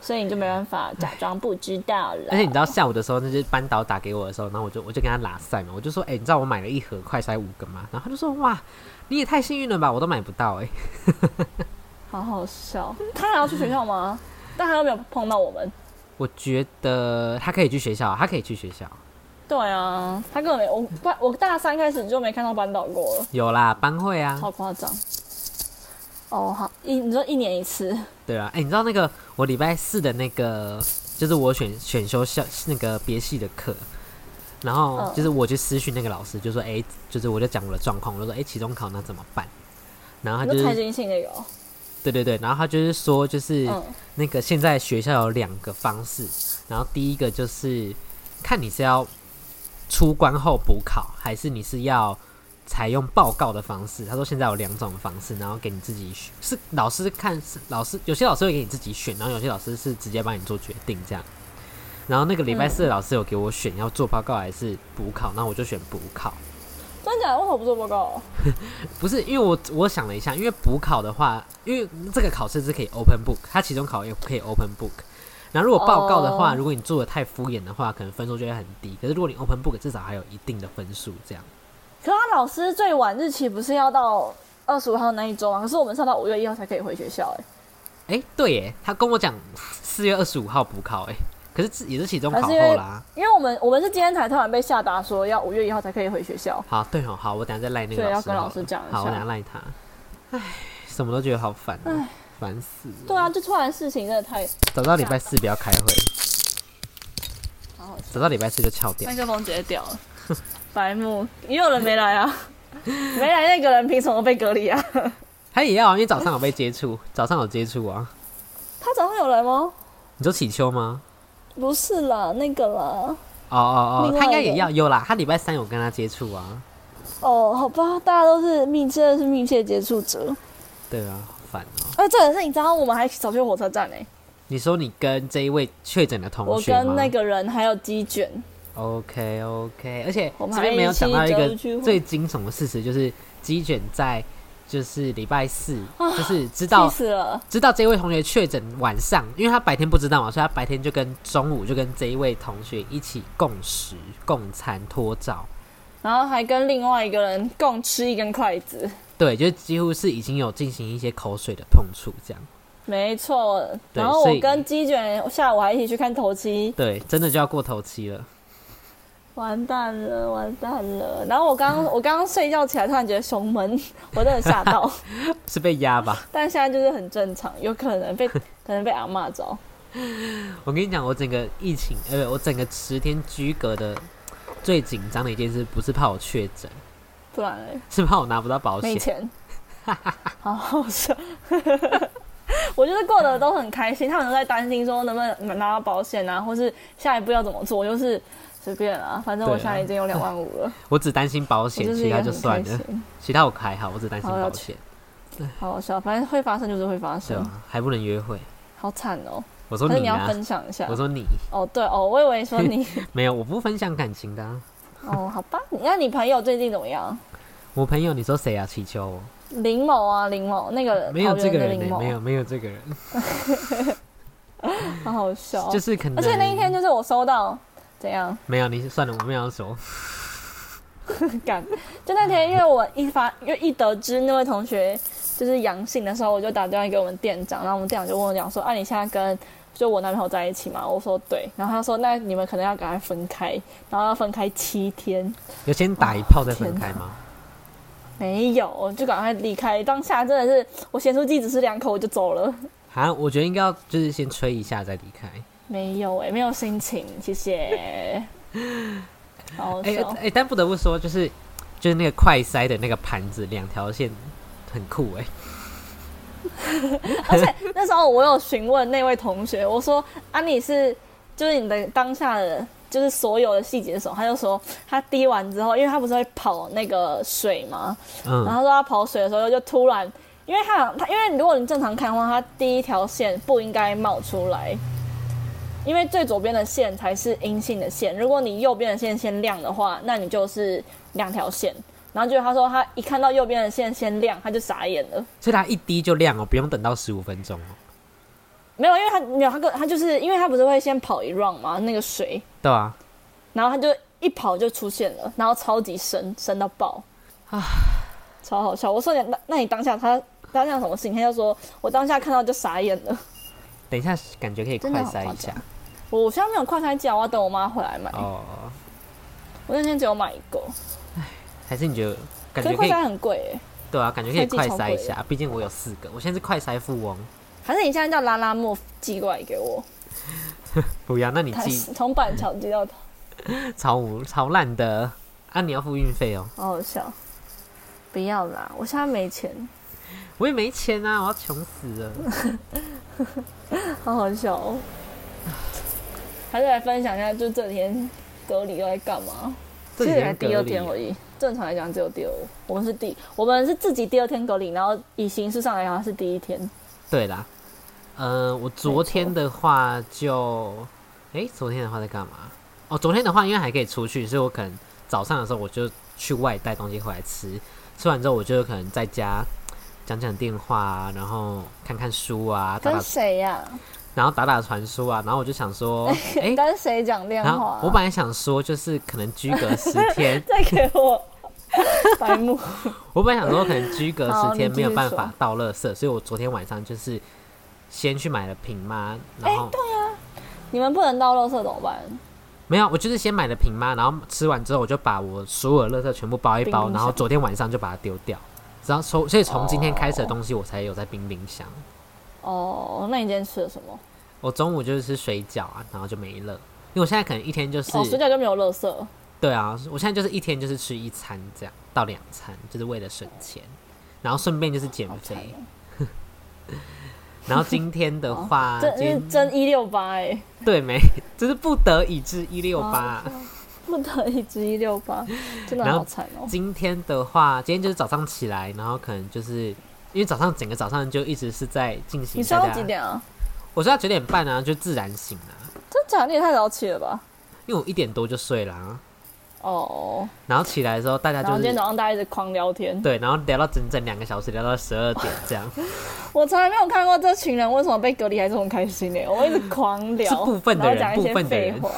[SPEAKER 2] 所以你就没办法假装不知道了。
[SPEAKER 1] 而且你知道下午的时候，那些班导打给我的时候，然后我就我就跟他拉塞嘛，我就说，哎、你知道我买了一盒快塞五个吗？然后他就说，哇，你也太幸运了吧，我都买不到哎、
[SPEAKER 2] 好好笑，他还要去学校吗？但他又没有碰到我们。
[SPEAKER 1] 我觉得他可以去学校，他可以去学校。
[SPEAKER 2] 对啊，他根本没我班我大三开始就没看到班导过了。
[SPEAKER 1] 有啦，班会啊，
[SPEAKER 2] 好夸张。哦，好一你说一年一次，
[SPEAKER 1] 对啊，哎、你知道那个我礼拜四的那个，就是我选选修校那个别系的课，然后
[SPEAKER 2] 嗯
[SPEAKER 1] 就是我去私讯那个老师，就说，哎、就是我就讲我的状况，我就说，哎、期中考那怎么办？然后
[SPEAKER 2] 你
[SPEAKER 1] 啊他就
[SPEAKER 2] 说财
[SPEAKER 1] 是
[SPEAKER 2] 经性那个、哦，
[SPEAKER 1] 对对对，然后他就是说，就是
[SPEAKER 2] 嗯，
[SPEAKER 1] 那个现在学校有两个方式，然后第一个就是看你是要出关后补考，还是你是要采用报告的方式。他说现在有两种方式，然后给你自己选，是老师看是老师，有些老师会给你自己选，然后有些老师是直接帮你做决定这样。然后那个礼拜四的老师有给我选要做报告还是补考，那我就选补考。
[SPEAKER 2] 真的假的？为什么不做报告？
[SPEAKER 1] 不是，因为我我想了一下，因为补考的话，因为这个考试是可以 open book，它期中考也可以 open book。然后如果报告的话
[SPEAKER 2] 哦
[SPEAKER 1] 如果你做的太敷衍的话，可能分数就会很低。可是如果你 open book，至少还有一定的分数这样。
[SPEAKER 2] 可他老师最晚日期不是要到二十五号那一周吗？啊可是我们上到五月一号才可以回学校、欸
[SPEAKER 1] 哎，对耶，他跟我讲四月二十五号补考，哎，可是自也是期中
[SPEAKER 2] 还
[SPEAKER 1] 考
[SPEAKER 2] 是因为
[SPEAKER 1] 后啦。
[SPEAKER 2] 哎，因为我们我们是今天才突然被下达说要五月一号才可以回学校。
[SPEAKER 1] 好，对哦，好，我等下再赖那个
[SPEAKER 2] 对
[SPEAKER 1] 老
[SPEAKER 2] 要
[SPEAKER 1] 师好
[SPEAKER 2] 跟
[SPEAKER 1] 了。
[SPEAKER 2] 老师讲一
[SPEAKER 1] 好，我
[SPEAKER 2] 下
[SPEAKER 1] 等下赖他。唉，什么都觉得好烦、啊
[SPEAKER 2] 唉，
[SPEAKER 1] 烦死了。
[SPEAKER 2] 对啊，就突然事情真的太……
[SPEAKER 1] 早知道礼拜四不要开会。
[SPEAKER 2] 好好好笑
[SPEAKER 1] 直到礼拜四就翘掉
[SPEAKER 2] 麦。克风直接掉了， 白目，也有人没来啊，没来那个人凭什么被隔离啊？
[SPEAKER 1] 他也要啊，因为早上有被接触，早上有接触啊。
[SPEAKER 2] 他早上有来吗？
[SPEAKER 1] 你说起秋吗？
[SPEAKER 2] 不是啦，那个啦，
[SPEAKER 1] 哦哦
[SPEAKER 2] 另
[SPEAKER 1] 哦，
[SPEAKER 2] 外
[SPEAKER 1] 他应该
[SPEAKER 2] 一个
[SPEAKER 1] 也要有啦。他礼拜三有跟他接触啊。
[SPEAKER 2] 哦，好吧，大家都是密，真的是密切接触者。
[SPEAKER 1] 对啊，好烦哦。
[SPEAKER 2] 而这也是你知道，我们还走去火车站呢、
[SPEAKER 1] 你说你跟这一位确诊的同
[SPEAKER 2] 我
[SPEAKER 1] 学吗？
[SPEAKER 2] 跟那个人还有鸡卷，
[SPEAKER 1] OK OK，而且
[SPEAKER 2] 我们
[SPEAKER 1] 这边
[SPEAKER 2] 还
[SPEAKER 1] 没有
[SPEAKER 2] 一
[SPEAKER 1] 讲
[SPEAKER 2] 起
[SPEAKER 1] 到一
[SPEAKER 2] 走去
[SPEAKER 1] 个
[SPEAKER 2] 晃
[SPEAKER 1] 最惊悚的事实，就是鸡卷在就是礼拜四，就是知道
[SPEAKER 2] 啊气死了。
[SPEAKER 1] 知道这位同学确诊晚上，因为他白天不知道嘛，所以他白天就跟中午就跟这一位同学一起共食、共餐、脱照。
[SPEAKER 2] 然后还跟另外一个人共吃一根筷子，
[SPEAKER 1] 对，就几乎是已经有进行一些口水的碰触，这样。
[SPEAKER 2] 没错。
[SPEAKER 1] 对
[SPEAKER 2] 然后
[SPEAKER 1] 所
[SPEAKER 2] 我
[SPEAKER 1] 以
[SPEAKER 2] 跟鸡卷下午还一起去看头七，
[SPEAKER 1] 对，真的就要过头期了。
[SPEAKER 2] 完蛋了，完蛋了。然后我刚我刚刚睡觉起来，突然觉得胸闷，我真的吓到。
[SPEAKER 1] 是被压吧？
[SPEAKER 2] 但现在就是很正常，有可能被可能被阿骂着。
[SPEAKER 1] 我跟你讲，我整个疫情，呃，我整个十天居隔的最紧张的一件事，不是怕我确诊，
[SPEAKER 2] 不然嘞
[SPEAKER 1] 是怕我拿不到保
[SPEAKER 2] 没
[SPEAKER 1] 险。
[SPEAKER 2] 钱， 好好笑。 我就是过得都很开心，他们都在担心说能不能拿到保险啊，或是下一步要怎么做，我就是随便啊，反正我
[SPEAKER 1] 对啊
[SPEAKER 2] 现在已经有两万五 了，
[SPEAKER 1] 我只担心保
[SPEAKER 2] 我
[SPEAKER 1] 险，
[SPEAKER 2] 就是
[SPEAKER 1] 其
[SPEAKER 2] 一个
[SPEAKER 1] 他就
[SPEAKER 2] 很开
[SPEAKER 1] 算了，
[SPEAKER 2] 心。
[SPEAKER 1] 其他我还好，我只担心
[SPEAKER 2] 好要
[SPEAKER 1] 保
[SPEAKER 2] 去
[SPEAKER 1] 险，
[SPEAKER 2] 好好笑，反正会发生就是会发
[SPEAKER 1] 对
[SPEAKER 2] 生
[SPEAKER 1] 吧、，还不能约会。
[SPEAKER 2] 好惨哦。
[SPEAKER 1] 我说
[SPEAKER 2] 可是
[SPEAKER 1] 你
[SPEAKER 2] 你
[SPEAKER 1] 呢、
[SPEAKER 2] 要分享一下
[SPEAKER 1] 我。说你
[SPEAKER 2] 哦，对哦，我以为说 你
[SPEAKER 1] 没有，我不分享感情的啊、
[SPEAKER 2] 哦，好吧，那你朋友最近怎么样？
[SPEAKER 1] 我朋友，你说谁啊？祈求哦
[SPEAKER 2] 林某啊，林某那个
[SPEAKER 1] 没有
[SPEAKER 2] 桃
[SPEAKER 1] 这
[SPEAKER 2] 园
[SPEAKER 1] 个
[SPEAKER 2] 的
[SPEAKER 1] 人、
[SPEAKER 2] 林
[SPEAKER 1] 呢，
[SPEAKER 2] 某，哦
[SPEAKER 1] 没有没有这个人，
[SPEAKER 2] 好好笑。哦
[SPEAKER 1] 就是可能。
[SPEAKER 2] 而且那一天就是我收到怎样
[SPEAKER 1] 没有你算了，我没有要
[SPEAKER 2] 哦
[SPEAKER 1] 说。
[SPEAKER 2] 干，就那天因为我一发因为一得知那位同学就是阳性的时候，我就打电话给我们店长，然后我们店长就问我讲说，啊，你现在跟就我男朋友在一起嘛？我说对，然后他说那你们可能要赶快分开，然后要分开七天，
[SPEAKER 1] 有先打一炮再分
[SPEAKER 2] 天
[SPEAKER 1] 开吗？
[SPEAKER 2] 没有就赶快离开。当下真的是我咸酥鸡只吃两口我就走了，
[SPEAKER 1] 啊，我觉得应该要就是先吹一下再离开。
[SPEAKER 2] 没有哎、没有心情，谢谢。好好
[SPEAKER 1] 哎、
[SPEAKER 2] 笑
[SPEAKER 1] 哎、但不得不说，就是就是那个快塞的那个盘子，两条线很酷哎、
[SPEAKER 2] 而且 那时候我有询问那位同学，我说啊你是就是你的当下的就是所有的细节的时候，他就说他滴完之后，因为他不是会跑那个水嘛，然
[SPEAKER 1] 嗯，
[SPEAKER 2] 后他说他跑水的时候就突然，因为他他因为如果你正常看的话，他第一条线不应该冒出来。因为最左边的线才是阴性的线，如果你右边的线先亮的话，那你就是两条线。然后就他说他一看到右边的线先亮，他就傻眼了。
[SPEAKER 1] 所以它一滴就亮哦、不用等到十五分钟哦、
[SPEAKER 2] 没有，因为他没有他跟他就是因为他不是会先跑一 round 嘛，那个水，
[SPEAKER 1] 对啊，
[SPEAKER 2] 然后他就一跑就出现了，然后超级深，深到爆，啊，超好笑。我说你那那你当下他当下什么事情？他就说我当下看到就傻眼了。
[SPEAKER 1] 等一下感觉可以
[SPEAKER 2] 真的
[SPEAKER 1] 快
[SPEAKER 2] 好
[SPEAKER 1] 塞
[SPEAKER 2] 夸
[SPEAKER 1] 一下
[SPEAKER 2] 张我我现在没有快餐机啊，我要等我妈回来买。
[SPEAKER 1] 哦。
[SPEAKER 2] 我那天只有买一个，
[SPEAKER 1] 还是你觉得感
[SPEAKER 2] 可
[SPEAKER 1] 觉
[SPEAKER 2] 是
[SPEAKER 1] 可
[SPEAKER 2] 快
[SPEAKER 1] 以
[SPEAKER 2] 餐很贵哎、
[SPEAKER 1] 对啊，感觉可以
[SPEAKER 2] 科技
[SPEAKER 1] 快
[SPEAKER 2] 超
[SPEAKER 1] 塞一
[SPEAKER 2] 贵
[SPEAKER 1] 下，毕竟我有四个，我现在是快塞富翁。
[SPEAKER 2] 还是你现在叫拉拉莫寄过来给我？
[SPEAKER 1] 不要，那你
[SPEAKER 2] 他
[SPEAKER 1] 寄
[SPEAKER 2] 从板桥寄到他，
[SPEAKER 1] 超无超烂的啊！你要付运费哦，
[SPEAKER 2] 好好笑。不要啦，我现在没钱，
[SPEAKER 1] 我也没钱啊，我要穷死 了。
[SPEAKER 2] 好好笑哦！还是来分享一下，就这几天隔离都在干嘛？
[SPEAKER 1] 这
[SPEAKER 2] 其
[SPEAKER 1] 几
[SPEAKER 2] 实才
[SPEAKER 1] 天
[SPEAKER 2] 第
[SPEAKER 1] 隔
[SPEAKER 2] 二
[SPEAKER 1] 离
[SPEAKER 2] 天，而已，正常来讲只有第二。我们是第，我们是自己第二天隔离，然后以形式上来讲它是第一天。
[SPEAKER 1] 对啦，嗯、我昨天的话就，诶，昨天的话在干嘛？哦，昨天的话因为还可以出去，所以我可能早上的时候我就去外带东西回来吃，吃完之后我就可能在家讲讲电话啊，然后看看书啊，打
[SPEAKER 2] 跟
[SPEAKER 1] 打
[SPEAKER 2] 谁呀、
[SPEAKER 1] 然后打打传说啊，然后我就想 说，诶。
[SPEAKER 2] 跟谁讲电话、啊
[SPEAKER 1] 然嗯后我本来想说，就是可能居隔十
[SPEAKER 2] ，
[SPEAKER 1] 天
[SPEAKER 2] 再给我 白目。
[SPEAKER 1] 我本来想说可能居隔
[SPEAKER 2] 好
[SPEAKER 1] 十天
[SPEAKER 2] 你继
[SPEAKER 1] 没有
[SPEAKER 2] 续
[SPEAKER 1] 办法倒垃圾，所以我昨天晚上就是先去买了瓶妈，然后、
[SPEAKER 2] 你们不能到垃圾怎么办？
[SPEAKER 1] 没有，我就是先买了瓶妈，然后吃完之后我就把我所有的垃圾全部包一包，
[SPEAKER 2] 冰冰箱
[SPEAKER 1] 然后昨天晚上就把它丢掉。然后从所以从今天开始的
[SPEAKER 2] 哦
[SPEAKER 1] 东西我才有在冰冰箱。
[SPEAKER 2] 哦，那你今天吃了什么？
[SPEAKER 1] 我中午就是吃水饺啊，然后就没了。为我现在可能一天就是、
[SPEAKER 2] 哦，暑假就没有垃圾。
[SPEAKER 1] 对啊，我现在就是一天就是吃一餐这样到两餐，就是为了省钱，然后顺便就是减
[SPEAKER 2] 好惨
[SPEAKER 1] 肥。然后今天的话，
[SPEAKER 2] 哦这
[SPEAKER 1] 啊今天
[SPEAKER 2] 是真一六八哎，
[SPEAKER 1] 对没，就是不得已至一六八。
[SPEAKER 2] 哦不得已之一六八，真的
[SPEAKER 1] 然后
[SPEAKER 2] 好惨哦。
[SPEAKER 1] 今天的话，今天就是早上起来，然后可能就是因为早上整个早上就一直是在进行。
[SPEAKER 2] 你睡到几？点啊？
[SPEAKER 1] 我睡到九点半啊，就自然醒了、
[SPEAKER 2] 真假的？你也太早起了吧？
[SPEAKER 1] 因为我一点多就睡了、啊
[SPEAKER 2] 哦，
[SPEAKER 1] 然后起来的时候大家
[SPEAKER 2] 然后
[SPEAKER 1] 就
[SPEAKER 2] 今天
[SPEAKER 1] 是
[SPEAKER 2] 早上大家一直狂聊天，
[SPEAKER 1] 对，然后聊到整整两个小时，聊到十二点 这样。
[SPEAKER 2] 我从来没有看过这群人为什么被隔离还这么开心呢、欸 我一直狂聊，
[SPEAKER 1] 是部分的
[SPEAKER 2] 然
[SPEAKER 1] 人
[SPEAKER 2] 后讲一
[SPEAKER 1] 部
[SPEAKER 2] 些
[SPEAKER 1] 分的
[SPEAKER 2] 废
[SPEAKER 1] 人
[SPEAKER 2] 话。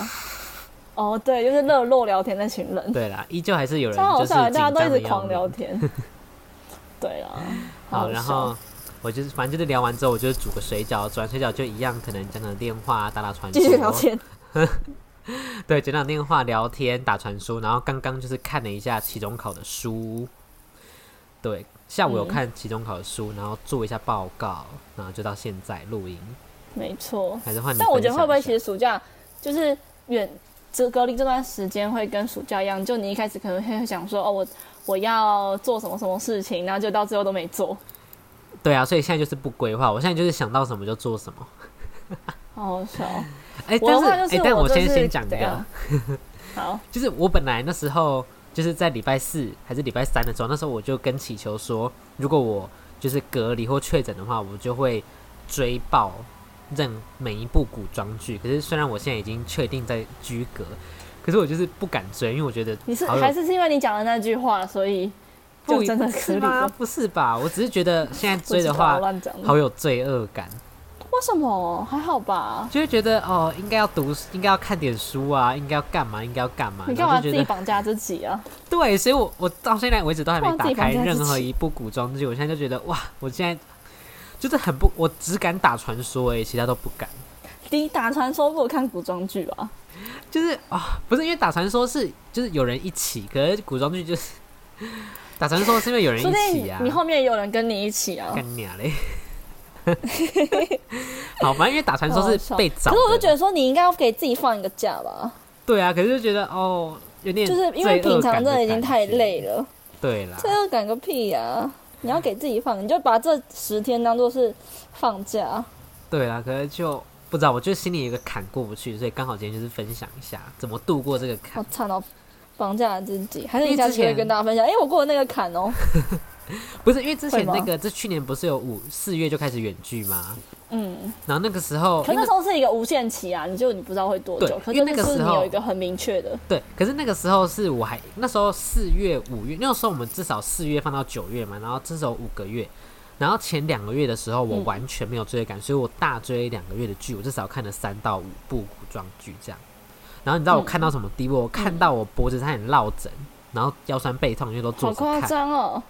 [SPEAKER 2] 哦，对，就是热络聊天那群人，
[SPEAKER 1] 对啦，依旧还是有人
[SPEAKER 2] 超
[SPEAKER 1] 就
[SPEAKER 2] 好
[SPEAKER 1] 是
[SPEAKER 2] 笑的，
[SPEAKER 1] 紧
[SPEAKER 2] 大家
[SPEAKER 1] 张
[SPEAKER 2] 都一
[SPEAKER 1] 的
[SPEAKER 2] 直狂聊
[SPEAKER 1] 样子。
[SPEAKER 2] 天。 对啊，
[SPEAKER 1] 好，然后
[SPEAKER 2] 笑
[SPEAKER 1] 我就是反正就是聊完之后，我就煮个水饺，煮完水饺就一样，可能讲讲电话，打打传
[SPEAKER 2] 继续聊
[SPEAKER 1] 说。
[SPEAKER 2] 天，
[SPEAKER 1] 对，讲讲电话、聊天、打传说。然后刚刚就是看了一下期中考的书，对，下午有
[SPEAKER 2] 嗯
[SPEAKER 1] 看期中考的书，然后做一下报告，然后就到现在录音，
[SPEAKER 2] 没错。
[SPEAKER 1] 还是换你分享一下。
[SPEAKER 2] 但我觉得会不会其实暑假就是远这隔离这段时间会跟暑假一样，就你一开始可能会想说哦，我我要做什么什么事情，然后就到最后都没做。
[SPEAKER 1] 对啊，所以现在就是不规划，我现在就是想到什么就做什么。
[SPEAKER 2] 好好笑哦。
[SPEAKER 1] 哎、
[SPEAKER 2] 我
[SPEAKER 1] 但
[SPEAKER 2] 的
[SPEAKER 1] 是
[SPEAKER 2] 话
[SPEAKER 1] 哎、
[SPEAKER 2] 就是
[SPEAKER 1] 但我
[SPEAKER 2] 就
[SPEAKER 1] 先
[SPEAKER 2] 是
[SPEAKER 1] 先讲一
[SPEAKER 2] 怎
[SPEAKER 1] 个
[SPEAKER 2] 样， 好，
[SPEAKER 1] 就是我本来那时候就是在礼拜四还是礼拜三的时候，那时候我就跟祈求说，如果我就是隔离或确诊的话，我就会追爆任每一部古装剧。可是虽然我现在已经确定在居隔，可是我就是不敢追，因为我觉得
[SPEAKER 2] 你是
[SPEAKER 1] 好有
[SPEAKER 2] 还是是因为你讲的那句话，所以
[SPEAKER 1] 不
[SPEAKER 2] 就真的
[SPEAKER 1] 是
[SPEAKER 2] 理
[SPEAKER 1] 吗
[SPEAKER 2] 了？？
[SPEAKER 1] 不是吧？我只是觉得现在追的
[SPEAKER 2] 我
[SPEAKER 1] 话
[SPEAKER 2] 知道我，乱讲的。
[SPEAKER 1] 好有罪恶感。
[SPEAKER 2] 为什么？还好吧？
[SPEAKER 1] 就会觉得哦，应该要读，应该要看点书啊，应该要干嘛，应该要干嘛，
[SPEAKER 2] 你
[SPEAKER 1] 然
[SPEAKER 2] 干
[SPEAKER 1] 后
[SPEAKER 2] 嘛
[SPEAKER 1] 就觉
[SPEAKER 2] 自己
[SPEAKER 1] 得
[SPEAKER 2] 绑架自己啊？
[SPEAKER 1] 对，所以我我到现在为止都还没
[SPEAKER 2] 干嘛
[SPEAKER 1] 打
[SPEAKER 2] 自己
[SPEAKER 1] 开
[SPEAKER 2] 绑架
[SPEAKER 1] 任
[SPEAKER 2] 自
[SPEAKER 1] 何
[SPEAKER 2] 己
[SPEAKER 1] 一部古装剧，我现在就觉得哇，我现在就是很不，我只敢打传说哎、欸，其他都不敢。
[SPEAKER 2] 你打传说不如看古装剧吧？
[SPEAKER 1] 就是啊、不是因为打传说是就是有人一起，可是古装剧就是打传说是因为有人
[SPEAKER 2] 说
[SPEAKER 1] 一
[SPEAKER 2] 不
[SPEAKER 1] 起
[SPEAKER 2] 定
[SPEAKER 1] 啊，
[SPEAKER 2] 你后面有人跟你一起啊。
[SPEAKER 1] 干娘嘞。 好，反正因为打传说是被找
[SPEAKER 2] 可
[SPEAKER 1] 的，
[SPEAKER 2] 是我就觉得说，你应该要给自己放一个假吧，
[SPEAKER 1] 对啊，可是就觉得哦，有点
[SPEAKER 2] 就是因
[SPEAKER 1] 罪
[SPEAKER 2] 为
[SPEAKER 1] 恶
[SPEAKER 2] 平常
[SPEAKER 1] 感
[SPEAKER 2] 真的已经
[SPEAKER 1] 感
[SPEAKER 2] 太
[SPEAKER 1] 觉啊
[SPEAKER 2] 累，了，
[SPEAKER 1] 对啦，
[SPEAKER 2] 这要赶个屁呀、你要给自己放，你就把这十天当做是 放假。
[SPEAKER 1] 对啦，可是就不知道，我就心里有一个坎过不去，所以刚好今天就是分享一下怎么度过这个坎
[SPEAKER 2] 我。惨哦，绑架了自己，还是你
[SPEAKER 1] 因为
[SPEAKER 2] 下
[SPEAKER 1] 之
[SPEAKER 2] 次会
[SPEAKER 1] 前
[SPEAKER 2] 跟大家分享？哎、我过了那个坎哦。
[SPEAKER 1] 不是因为之前
[SPEAKER 2] 会吗
[SPEAKER 1] 那个，这去年不是有五四月就开始远距吗？
[SPEAKER 2] 嗯，
[SPEAKER 1] 然后那个时候，
[SPEAKER 2] 可
[SPEAKER 1] 哦因
[SPEAKER 2] 那
[SPEAKER 1] 为
[SPEAKER 2] 时候是一个无限期啊，你就你不知道会多久
[SPEAKER 1] 对，
[SPEAKER 2] 可
[SPEAKER 1] 因
[SPEAKER 2] 是
[SPEAKER 1] 为那
[SPEAKER 2] 就
[SPEAKER 1] 个
[SPEAKER 2] 是
[SPEAKER 1] 时
[SPEAKER 2] 你
[SPEAKER 1] 候
[SPEAKER 2] 有一个很明确的，
[SPEAKER 1] 对，可是那个时候是我还那时候四月五月，那时候我们至少四月放到九月嘛，然后至少五个月。然后前两个月的时候，我
[SPEAKER 2] 嗯
[SPEAKER 1] 完全没有追感，所以我大追两个月的剧，我至少看了三到五部古装剧这样。然后你知道
[SPEAKER 2] 嗯
[SPEAKER 1] 我看到什么地步？我看到我脖子差点落枕，然后腰酸背痛，因为都坐着
[SPEAKER 2] 好夸
[SPEAKER 1] 看。
[SPEAKER 2] 张哦，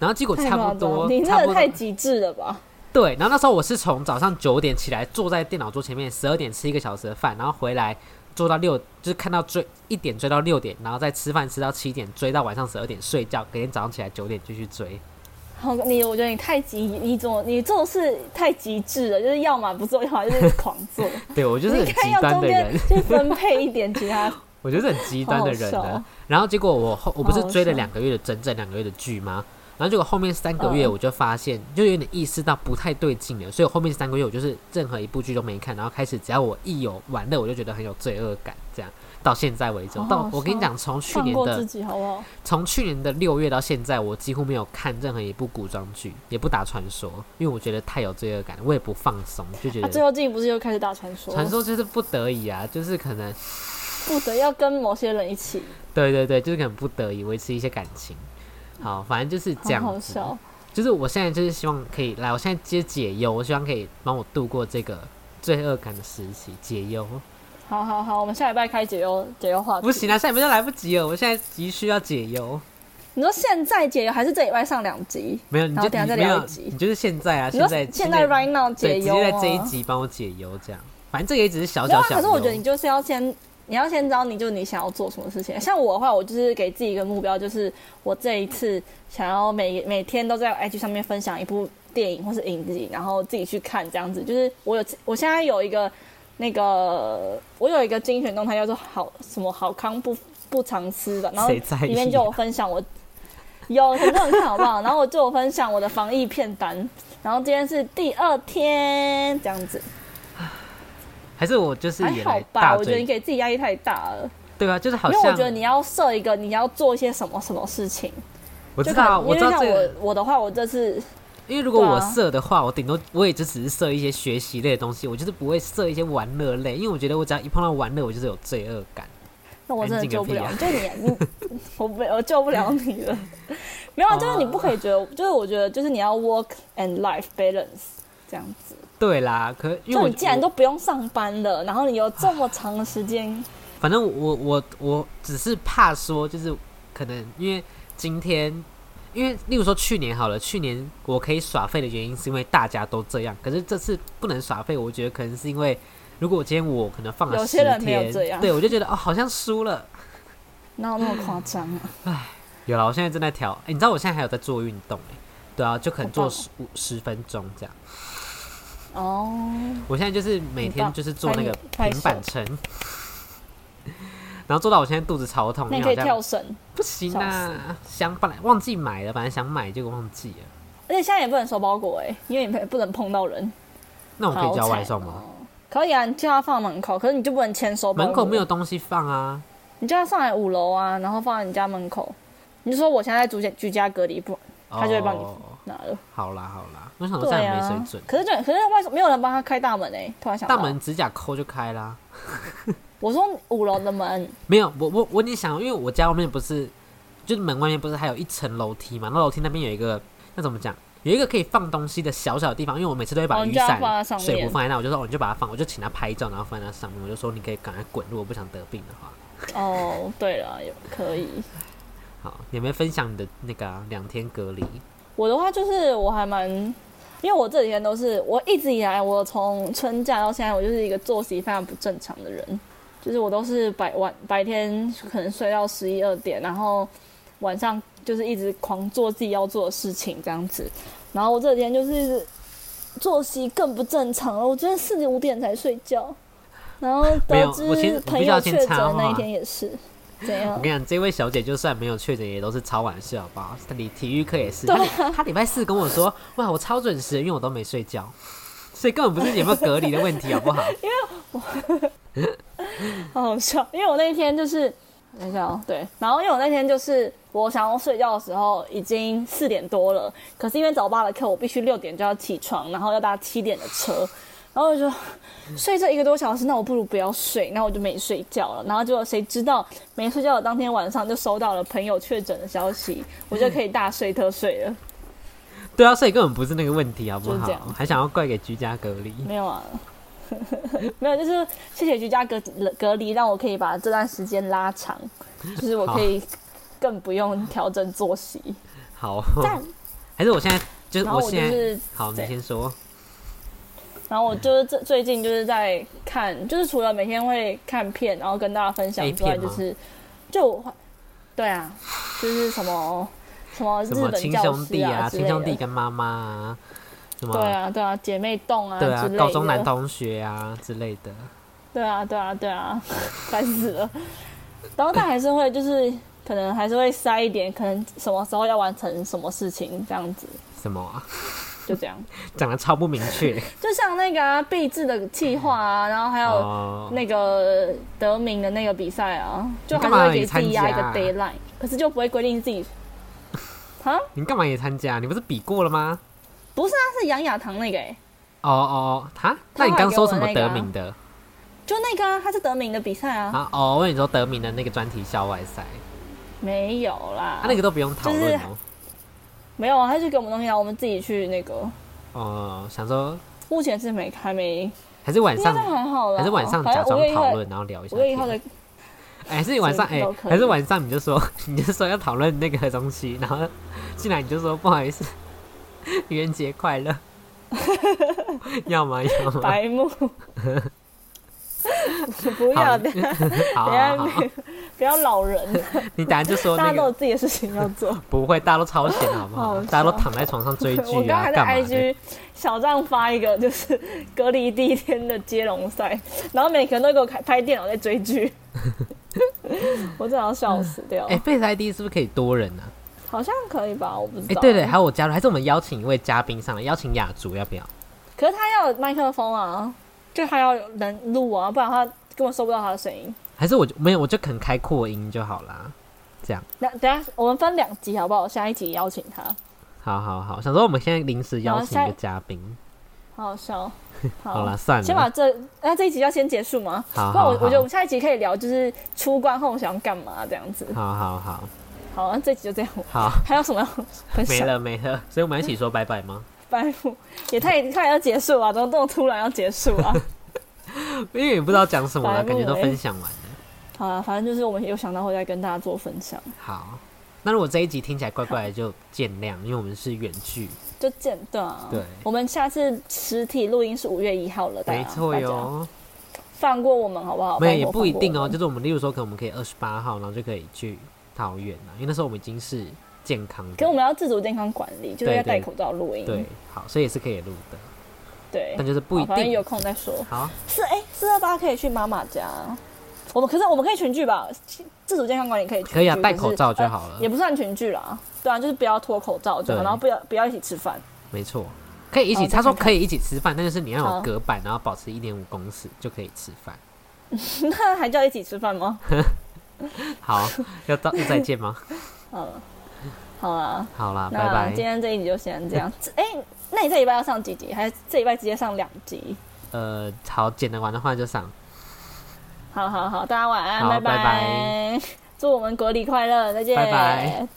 [SPEAKER 1] 然后结果
[SPEAKER 2] 太
[SPEAKER 1] 差
[SPEAKER 2] 夸
[SPEAKER 1] 不多
[SPEAKER 2] 张，你，
[SPEAKER 1] 差
[SPEAKER 2] 这
[SPEAKER 1] 不
[SPEAKER 2] 个太
[SPEAKER 1] 多
[SPEAKER 2] 极致了吧？
[SPEAKER 1] 对。然后那时候我是从早上九点起来，坐在电脑桌前面，十二点吃一个小时的饭，然后回来坐到六，就是看到追一点追到六点，然后再吃饭吃到七点，追到晚上十二点睡觉，隔天早上起来九点继续追。
[SPEAKER 2] 好，你我觉得你太极，你怎么你做事太极致了，就是要么不做，要么就是狂做。
[SPEAKER 1] 对我 就是
[SPEAKER 2] 你
[SPEAKER 1] 很
[SPEAKER 2] 应
[SPEAKER 1] 极
[SPEAKER 2] 该要
[SPEAKER 1] 端
[SPEAKER 2] 中
[SPEAKER 1] 的
[SPEAKER 2] 间
[SPEAKER 1] 人，
[SPEAKER 2] 去分配一点其他。
[SPEAKER 1] 我就是很极端的人
[SPEAKER 2] 好好笑
[SPEAKER 1] 了
[SPEAKER 2] 哦。
[SPEAKER 1] 然后结果我后我不是
[SPEAKER 2] 好好笑
[SPEAKER 1] 追了两个月的整整两个月的剧吗？然后结果后面三个月
[SPEAKER 2] 嗯
[SPEAKER 1] 我就发现，就有点意识到不太对劲了，所以我后面三个月我就是任何一部剧都没看，然后开始只要我一有玩乐，我就觉得很有罪恶感，这样到现在为止，
[SPEAKER 2] 好好
[SPEAKER 1] 到我跟你
[SPEAKER 2] 笑
[SPEAKER 1] 讲，从去
[SPEAKER 2] 放
[SPEAKER 1] 年
[SPEAKER 2] 过自
[SPEAKER 1] 的
[SPEAKER 2] 己好不好？
[SPEAKER 1] 从去年的六月到现在，我几乎没有看任何一部古装剧，也不打传说，因为我觉得太有罪恶感了，我也不放松，就觉
[SPEAKER 2] 啊，最
[SPEAKER 1] 得
[SPEAKER 2] 后进一步是又开始打传说，
[SPEAKER 1] 传说就是不得已啊，就是可能
[SPEAKER 2] 不得要跟某些人一起，
[SPEAKER 1] 对对对，就是可能不得已维持一些感情。好，反正就是这
[SPEAKER 2] 好
[SPEAKER 1] 样
[SPEAKER 2] 好
[SPEAKER 1] 子。
[SPEAKER 2] 笑。
[SPEAKER 1] 就是我现在就是希望可以来，我现在接解忧，我希望可以帮我度过这个罪恶感的时期。解忧
[SPEAKER 2] 好好好，我们下礼拜开解忧解忧话题。
[SPEAKER 1] 不行啊，下礼拜就来不及了，我现在急需要解忧。
[SPEAKER 2] 你说现在解忧还是这礼拜上两集？
[SPEAKER 1] 没有，你
[SPEAKER 2] 然
[SPEAKER 1] 就
[SPEAKER 2] 后等下
[SPEAKER 1] 你
[SPEAKER 2] 再
[SPEAKER 1] 没
[SPEAKER 2] 聊
[SPEAKER 1] 有
[SPEAKER 2] 一集
[SPEAKER 1] 你就是现在啊，
[SPEAKER 2] 你
[SPEAKER 1] 现
[SPEAKER 2] 说
[SPEAKER 1] 在
[SPEAKER 2] 现在 right now
[SPEAKER 1] 对
[SPEAKER 2] 解忧
[SPEAKER 1] 直
[SPEAKER 2] 啊
[SPEAKER 1] 接在这一集帮我解忧这样。反正这个也只是小
[SPEAKER 2] 没有
[SPEAKER 1] 小
[SPEAKER 2] 啊，
[SPEAKER 1] 小忧。
[SPEAKER 2] 可是我觉得你就是要先，你要先知道你就你想要做什么事情。像我的话，我就是给自己一个目标，就是我这一次想要每每天都在 IG 上面分享一部电影或是影集，然后自己去看这样子。就是我有我现在有一个那个我有一个精选动态叫做好什么好康不不常吃的，然后
[SPEAKER 1] 谁在意啊
[SPEAKER 2] 里面就有分享我有很多人看好不好？然后我就有分享我的防疫片单，然后今天是第二天这样子，
[SPEAKER 1] 还是我就是
[SPEAKER 2] 还
[SPEAKER 1] 也
[SPEAKER 2] 好
[SPEAKER 1] 来
[SPEAKER 2] 吧？
[SPEAKER 1] 大
[SPEAKER 2] 我觉得你
[SPEAKER 1] 嘴，
[SPEAKER 2] 给自己压力太大了，
[SPEAKER 1] 对啊，就是好
[SPEAKER 2] 因为
[SPEAKER 1] 像
[SPEAKER 2] 我觉得你要设一个你要做一些什么什么事情，
[SPEAKER 1] 我
[SPEAKER 2] 就
[SPEAKER 1] 知
[SPEAKER 2] 可
[SPEAKER 1] 道啊，
[SPEAKER 2] 能因
[SPEAKER 1] 我
[SPEAKER 2] 为
[SPEAKER 1] 知道
[SPEAKER 2] 像
[SPEAKER 1] 这
[SPEAKER 2] 我
[SPEAKER 1] 个，
[SPEAKER 2] 我的话，我这次
[SPEAKER 1] 因为如果我
[SPEAKER 2] 对啊
[SPEAKER 1] 设的话，我顶多我也就只是设一些学习类的东西，我就是不会设一些玩乐类，因为我觉得我只要一碰到玩乐，我就是有罪恶感。
[SPEAKER 2] 那我真的
[SPEAKER 1] 安静个
[SPEAKER 2] 救不
[SPEAKER 1] 屁
[SPEAKER 2] 了
[SPEAKER 1] 啊，
[SPEAKER 2] 就你， 你我没我救不了你了。 没有啊，就是你不可以觉得，就是我觉得，就是你要 work and life balance 这样子。
[SPEAKER 1] 对啦，可因为
[SPEAKER 2] 就
[SPEAKER 1] 我
[SPEAKER 2] 你既然都不用上班了，然后你有这么长的时 间，
[SPEAKER 1] 反正我我我只是怕说，就是可能因为今天，因为例如说去年好了，去年我可以耍废的原因是因为大家都这样，可是这次不能耍废，我觉得可能是因为如果我今天我可能放了
[SPEAKER 2] 有
[SPEAKER 1] 十
[SPEAKER 2] 些人没有
[SPEAKER 1] 天
[SPEAKER 2] 这，样
[SPEAKER 1] 对我就觉得哦好像输了。
[SPEAKER 2] 哪有那么夸张啊？
[SPEAKER 1] 有了，我现在正在调、欸诶你知道我现在还有在做运动哎、对啊，就可能
[SPEAKER 2] 好
[SPEAKER 1] 做
[SPEAKER 2] 棒哦
[SPEAKER 1] 十五十分钟这样。
[SPEAKER 2] 哦，
[SPEAKER 1] 我现在就是每
[SPEAKER 2] 很
[SPEAKER 1] 天
[SPEAKER 2] 棒
[SPEAKER 1] 就是做那个
[SPEAKER 2] 拍你拍
[SPEAKER 1] 平板
[SPEAKER 2] 手
[SPEAKER 1] 撑， 然后做到我现在肚子超痛，
[SPEAKER 2] 那
[SPEAKER 1] 因
[SPEAKER 2] 你
[SPEAKER 1] 为
[SPEAKER 2] 可以
[SPEAKER 1] 好像
[SPEAKER 2] 跳绳，
[SPEAKER 1] 不行
[SPEAKER 2] 笑
[SPEAKER 1] 啊，想本来忘记买了，本来想买结果忘记了。
[SPEAKER 2] 而且现在也不能收包裹哎、因为你不能碰到人。
[SPEAKER 1] 那我可以
[SPEAKER 2] 好
[SPEAKER 1] 叫外
[SPEAKER 2] 惨
[SPEAKER 1] 送
[SPEAKER 2] 哦
[SPEAKER 1] 吗？
[SPEAKER 2] 可以啊，你叫他放门口，可是你就不能签收包裹。
[SPEAKER 1] 门口没有东西放啊，
[SPEAKER 2] 你叫他上来五楼啊，然后放在你家门口，你就说我现在在居家居家隔离，不他就会帮你
[SPEAKER 1] 哦
[SPEAKER 2] 拿了。
[SPEAKER 1] 好啦好啦，我想说
[SPEAKER 2] 对
[SPEAKER 1] 这样没水
[SPEAKER 2] 啊
[SPEAKER 1] 准，。
[SPEAKER 2] 可是就可是为什么没有人帮他开大门呢、突然想到
[SPEAKER 1] 大门，指甲抠就开啦。
[SPEAKER 2] 我说五楼的门，
[SPEAKER 1] 没有，我我我已经想，因为我家外面不是，就是门外面不是还有一层楼梯嘛？那楼梯那边有一个，那怎么讲？有一个可以放东西的小小的地方，因为我每次都会把
[SPEAKER 2] 哦你
[SPEAKER 1] 雨
[SPEAKER 2] 就要
[SPEAKER 1] 伞
[SPEAKER 2] 放在、上面
[SPEAKER 1] 水壶放在那，我就说哦，你就把它放，我就请他拍照，然后放在那上面，我就说你可以赶快滚，如果不想得病的话。
[SPEAKER 2] 哦，对了，有可以。
[SPEAKER 1] 好，有没有分享你的那个啊两、天隔离？
[SPEAKER 2] 我的话就是我还蛮，因为我这几天都是我一直以来，我从春假到现在，我就是一个作息非常不正常的人，就是我都是白晚白天可能睡到十一二点，然后晚上就是一直狂做自己要做的事情这样子，然后我这几天就是作息更不正常了，我今天四点五点才睡觉，然后
[SPEAKER 1] 没
[SPEAKER 2] 得
[SPEAKER 1] 有我先
[SPEAKER 2] 知
[SPEAKER 1] 我
[SPEAKER 2] 朋
[SPEAKER 1] 必须要
[SPEAKER 2] 友
[SPEAKER 1] 先
[SPEAKER 2] 确诊
[SPEAKER 1] 插话
[SPEAKER 2] 的那一天也是怎样
[SPEAKER 1] 我跟。你讲，这位小姐就算没有确诊，也都是超晚睡，好不好？她礼体育课也是，她礼
[SPEAKER 2] 啊
[SPEAKER 1] 她礼拜四跟我说，哇，我超准时，因为我都没睡觉，所以根本不是有没有隔离的问题，好不好？
[SPEAKER 2] 好好笑，因为我那天就是等一下哦，对，然后因为我那天就是我想要睡觉的时候已经四点多了，可是因为早八的课我必须六点就要起床，然后要搭七点的车，然后我就说睡这一个多小时，那我不如不要睡，那我就没睡觉了。然后结果谁知道没睡觉的当天晚上就收到了朋友确诊的消息，我就可以大睡特睡了。
[SPEAKER 1] 对啊，所以根本不是那个问题，好不
[SPEAKER 2] 就是
[SPEAKER 1] 好
[SPEAKER 2] 这样？
[SPEAKER 1] 还想要怪给居家隔离？
[SPEAKER 2] 没有啊，没有，就是谢谢居家隔隔离，让我可以把这段时间拉长，就是我可以更不用调整作息。
[SPEAKER 1] 好，
[SPEAKER 2] 但
[SPEAKER 1] 还是 我现在就是
[SPEAKER 2] 然后我就
[SPEAKER 1] 现在
[SPEAKER 2] 是，
[SPEAKER 1] 好，你
[SPEAKER 2] 对
[SPEAKER 1] 先说。
[SPEAKER 2] 然后我就是最最近就是在看，就是除了每天会看片，然后跟大家分享
[SPEAKER 1] A
[SPEAKER 2] 之外，
[SPEAKER 1] 片吗
[SPEAKER 2] 就是就我对啊，就是什么什么
[SPEAKER 1] 什
[SPEAKER 2] 日
[SPEAKER 1] 么
[SPEAKER 2] 本
[SPEAKER 1] 亲
[SPEAKER 2] 教
[SPEAKER 1] 兄
[SPEAKER 2] 师
[SPEAKER 1] 弟
[SPEAKER 2] 啊之
[SPEAKER 1] 亲
[SPEAKER 2] 类
[SPEAKER 1] 兄弟
[SPEAKER 2] 的，
[SPEAKER 1] 跟妈妈啊，什么
[SPEAKER 2] 对啊对啊，姐妹洞啊
[SPEAKER 1] 对啊
[SPEAKER 2] 之类的，
[SPEAKER 1] 高中男同学啊之类的。
[SPEAKER 2] 对啊，对啊，对啊， 烦死了。然后但还是会就是可能还是会塞一点，可能什么时候要完成什么事情这样子，
[SPEAKER 1] 什么啊？
[SPEAKER 2] 就这样。
[SPEAKER 1] 讲的超不明确
[SPEAKER 2] 就像那个啊，毕制的计划啊，然后还有
[SPEAKER 1] 哦。
[SPEAKER 2] 那个得名的那个比赛啊，就
[SPEAKER 1] 你
[SPEAKER 2] 还
[SPEAKER 1] 干
[SPEAKER 2] 是
[SPEAKER 1] 嘛
[SPEAKER 2] 会给
[SPEAKER 1] 也
[SPEAKER 2] 自己压一个
[SPEAKER 1] 参加啊
[SPEAKER 2] deadline，可是就不会规定自己。啊，
[SPEAKER 1] 你干嘛也参加？你不是比过了吗？
[SPEAKER 2] 不是啊，是杨雅堂那个哎、
[SPEAKER 1] 哦哦，哦哈？那
[SPEAKER 2] 他
[SPEAKER 1] 你刚刚说什么
[SPEAKER 2] 还给我
[SPEAKER 1] 得
[SPEAKER 2] 那个啊
[SPEAKER 1] 名的
[SPEAKER 2] 就那个啊，他是得名的比赛啊，
[SPEAKER 1] 啊？哦，我跟你说得名的那个专题校外赛，啊
[SPEAKER 2] 没有啦，
[SPEAKER 1] 啊，那个都不用讨论哦。
[SPEAKER 2] 没有啊，他就给我们东西啊，我们自己去那个，
[SPEAKER 1] 哦，想说
[SPEAKER 2] 目前是没还没
[SPEAKER 1] 还是晚
[SPEAKER 2] 应该
[SPEAKER 1] 上
[SPEAKER 2] 都，还好啦，
[SPEAKER 1] 还是晚上
[SPEAKER 2] 反
[SPEAKER 1] 假
[SPEAKER 2] 正五
[SPEAKER 1] 装
[SPEAKER 2] 月一号
[SPEAKER 1] 讨，论，然后聊一下
[SPEAKER 2] 五月一 号
[SPEAKER 1] 天。
[SPEAKER 2] 的
[SPEAKER 1] 哎，还是晚上
[SPEAKER 2] 是
[SPEAKER 1] 哎
[SPEAKER 2] 都，可以
[SPEAKER 1] 还是晚上你就说 你就说要讨论那个东西，然后进来你就说不好意思，愚人节快乐。要吗？要吗？
[SPEAKER 2] 白幕，不
[SPEAKER 1] 好
[SPEAKER 2] 要的，等
[SPEAKER 1] 好
[SPEAKER 2] 一下
[SPEAKER 1] 好好
[SPEAKER 2] 没 不要老人，
[SPEAKER 1] 你等下就 说
[SPEAKER 2] 大
[SPEAKER 1] 那
[SPEAKER 2] 家都有
[SPEAKER 1] 个
[SPEAKER 2] 自己的事情要做。
[SPEAKER 1] 不会，大家都超闲好不
[SPEAKER 2] 好
[SPEAKER 1] 好？
[SPEAKER 2] 笑
[SPEAKER 1] 大家都躺在床上 追
[SPEAKER 2] 我
[SPEAKER 1] 剧
[SPEAKER 2] 刚
[SPEAKER 1] 啊
[SPEAKER 2] 还，在
[SPEAKER 1] 干嘛的？
[SPEAKER 2] IG 小账发一个，就是隔离第一天的接龙赛， 然后每个人都给我开拍电脑在追剧， 我真的要笑死 掉。
[SPEAKER 1] 哎，Face ID 是不是可以多人啊？
[SPEAKER 2] 好像可以吧？我不知
[SPEAKER 1] 哎
[SPEAKER 2] 道。，
[SPEAKER 1] 对了，还有我加入，还是我们邀请一位嘉宾上来，邀请雅竹要不要？
[SPEAKER 2] 可是他要有麦克风啊，就他要能录啊，不然他根本收不到他的声音。
[SPEAKER 1] 还是我就没有，我就可能开扩音就好啦。
[SPEAKER 2] 那等一下我们分两集好不好？下一集邀请他，
[SPEAKER 1] 好好好，想说我们现在临时邀请一
[SPEAKER 2] 好下
[SPEAKER 1] 个嘉宾，
[SPEAKER 2] 好 好笑。
[SPEAKER 1] 好啦，算
[SPEAKER 2] 先把
[SPEAKER 1] 了，
[SPEAKER 2] 这那这一集要先结束吗？
[SPEAKER 1] 好
[SPEAKER 2] 不然我
[SPEAKER 1] 好
[SPEAKER 2] 我觉
[SPEAKER 1] 好
[SPEAKER 2] 得我们下一集可以聊，就是出关后想要干嘛这样子。
[SPEAKER 1] 好好好
[SPEAKER 2] 好，那这集就这样。
[SPEAKER 1] 好，
[SPEAKER 2] 还有什么要分
[SPEAKER 1] 没
[SPEAKER 2] 享？
[SPEAKER 1] 了没了，所以我们一起说拜拜 吗？
[SPEAKER 2] 白目也太快要结束啊，怎么这么突然要结束 啊？欸
[SPEAKER 1] 因为也不知道讲什么了，
[SPEAKER 2] 白目
[SPEAKER 1] 感觉都
[SPEAKER 2] 欸
[SPEAKER 1] 分享完了。
[SPEAKER 2] 好啊，反正就是我们有想到会再跟大家做分享，
[SPEAKER 1] 好，那如果这一集听起来怪怪的，就见谅，因为我们是远距，
[SPEAKER 2] 就见对啊。
[SPEAKER 1] 对
[SPEAKER 2] 我们下次实体录音是五月一号了，大家
[SPEAKER 1] 没错，
[SPEAKER 2] 啊大家
[SPEAKER 1] 哟。
[SPEAKER 2] 放过我们好不好？
[SPEAKER 1] 没有也
[SPEAKER 2] 拜托
[SPEAKER 1] 不一定
[SPEAKER 2] 放过
[SPEAKER 1] 哦，
[SPEAKER 2] 我们
[SPEAKER 1] 就是我们例如说，可能我们可以二十八号，然后就可以去桃园啊了，因为那时候我们已经是健康的，
[SPEAKER 2] 可我们要自主健康管理，就是要
[SPEAKER 1] 对对
[SPEAKER 2] 戴口罩录音。
[SPEAKER 1] 对，好，所以也是可以录的，
[SPEAKER 2] 对
[SPEAKER 1] 但就是不一
[SPEAKER 2] 好反正
[SPEAKER 1] 定
[SPEAKER 2] 有。空再说。
[SPEAKER 1] 好，
[SPEAKER 2] 是哎，四二八可以去妈妈家，我们可是我们可以群聚吧？自主健康管理可以群聚
[SPEAKER 1] 可以啊，
[SPEAKER 2] 是
[SPEAKER 1] 戴口罩就
[SPEAKER 2] 呃
[SPEAKER 1] 好了
[SPEAKER 2] 也，不算群聚啦。对啊，就是不要脱口罩就好，
[SPEAKER 1] 对
[SPEAKER 2] 然后不要不要一起吃饭。
[SPEAKER 1] 没错，可以一起。
[SPEAKER 2] 好再
[SPEAKER 1] 他说
[SPEAKER 2] 看看
[SPEAKER 1] 可以一起吃饭，但就是你要
[SPEAKER 2] 好
[SPEAKER 1] 有隔板，然后保持一点五公尺就可以吃饭。
[SPEAKER 2] 那还叫一起吃饭吗？
[SPEAKER 1] 好，要到要再见吗？
[SPEAKER 2] 好了，好啦，
[SPEAKER 1] 好啦，拜
[SPEAKER 2] 那今
[SPEAKER 1] 拜。
[SPEAKER 2] 天这一集就先这样。哎、那你这礼拜要上几集？还是这礼拜直接上两集？
[SPEAKER 1] 呃，好，剪得完的话就上。
[SPEAKER 2] 好好好，大家晚安，
[SPEAKER 1] 好
[SPEAKER 2] 拜
[SPEAKER 1] 拜拜
[SPEAKER 2] 祝我们国礼快乐，再见，
[SPEAKER 1] 拜拜。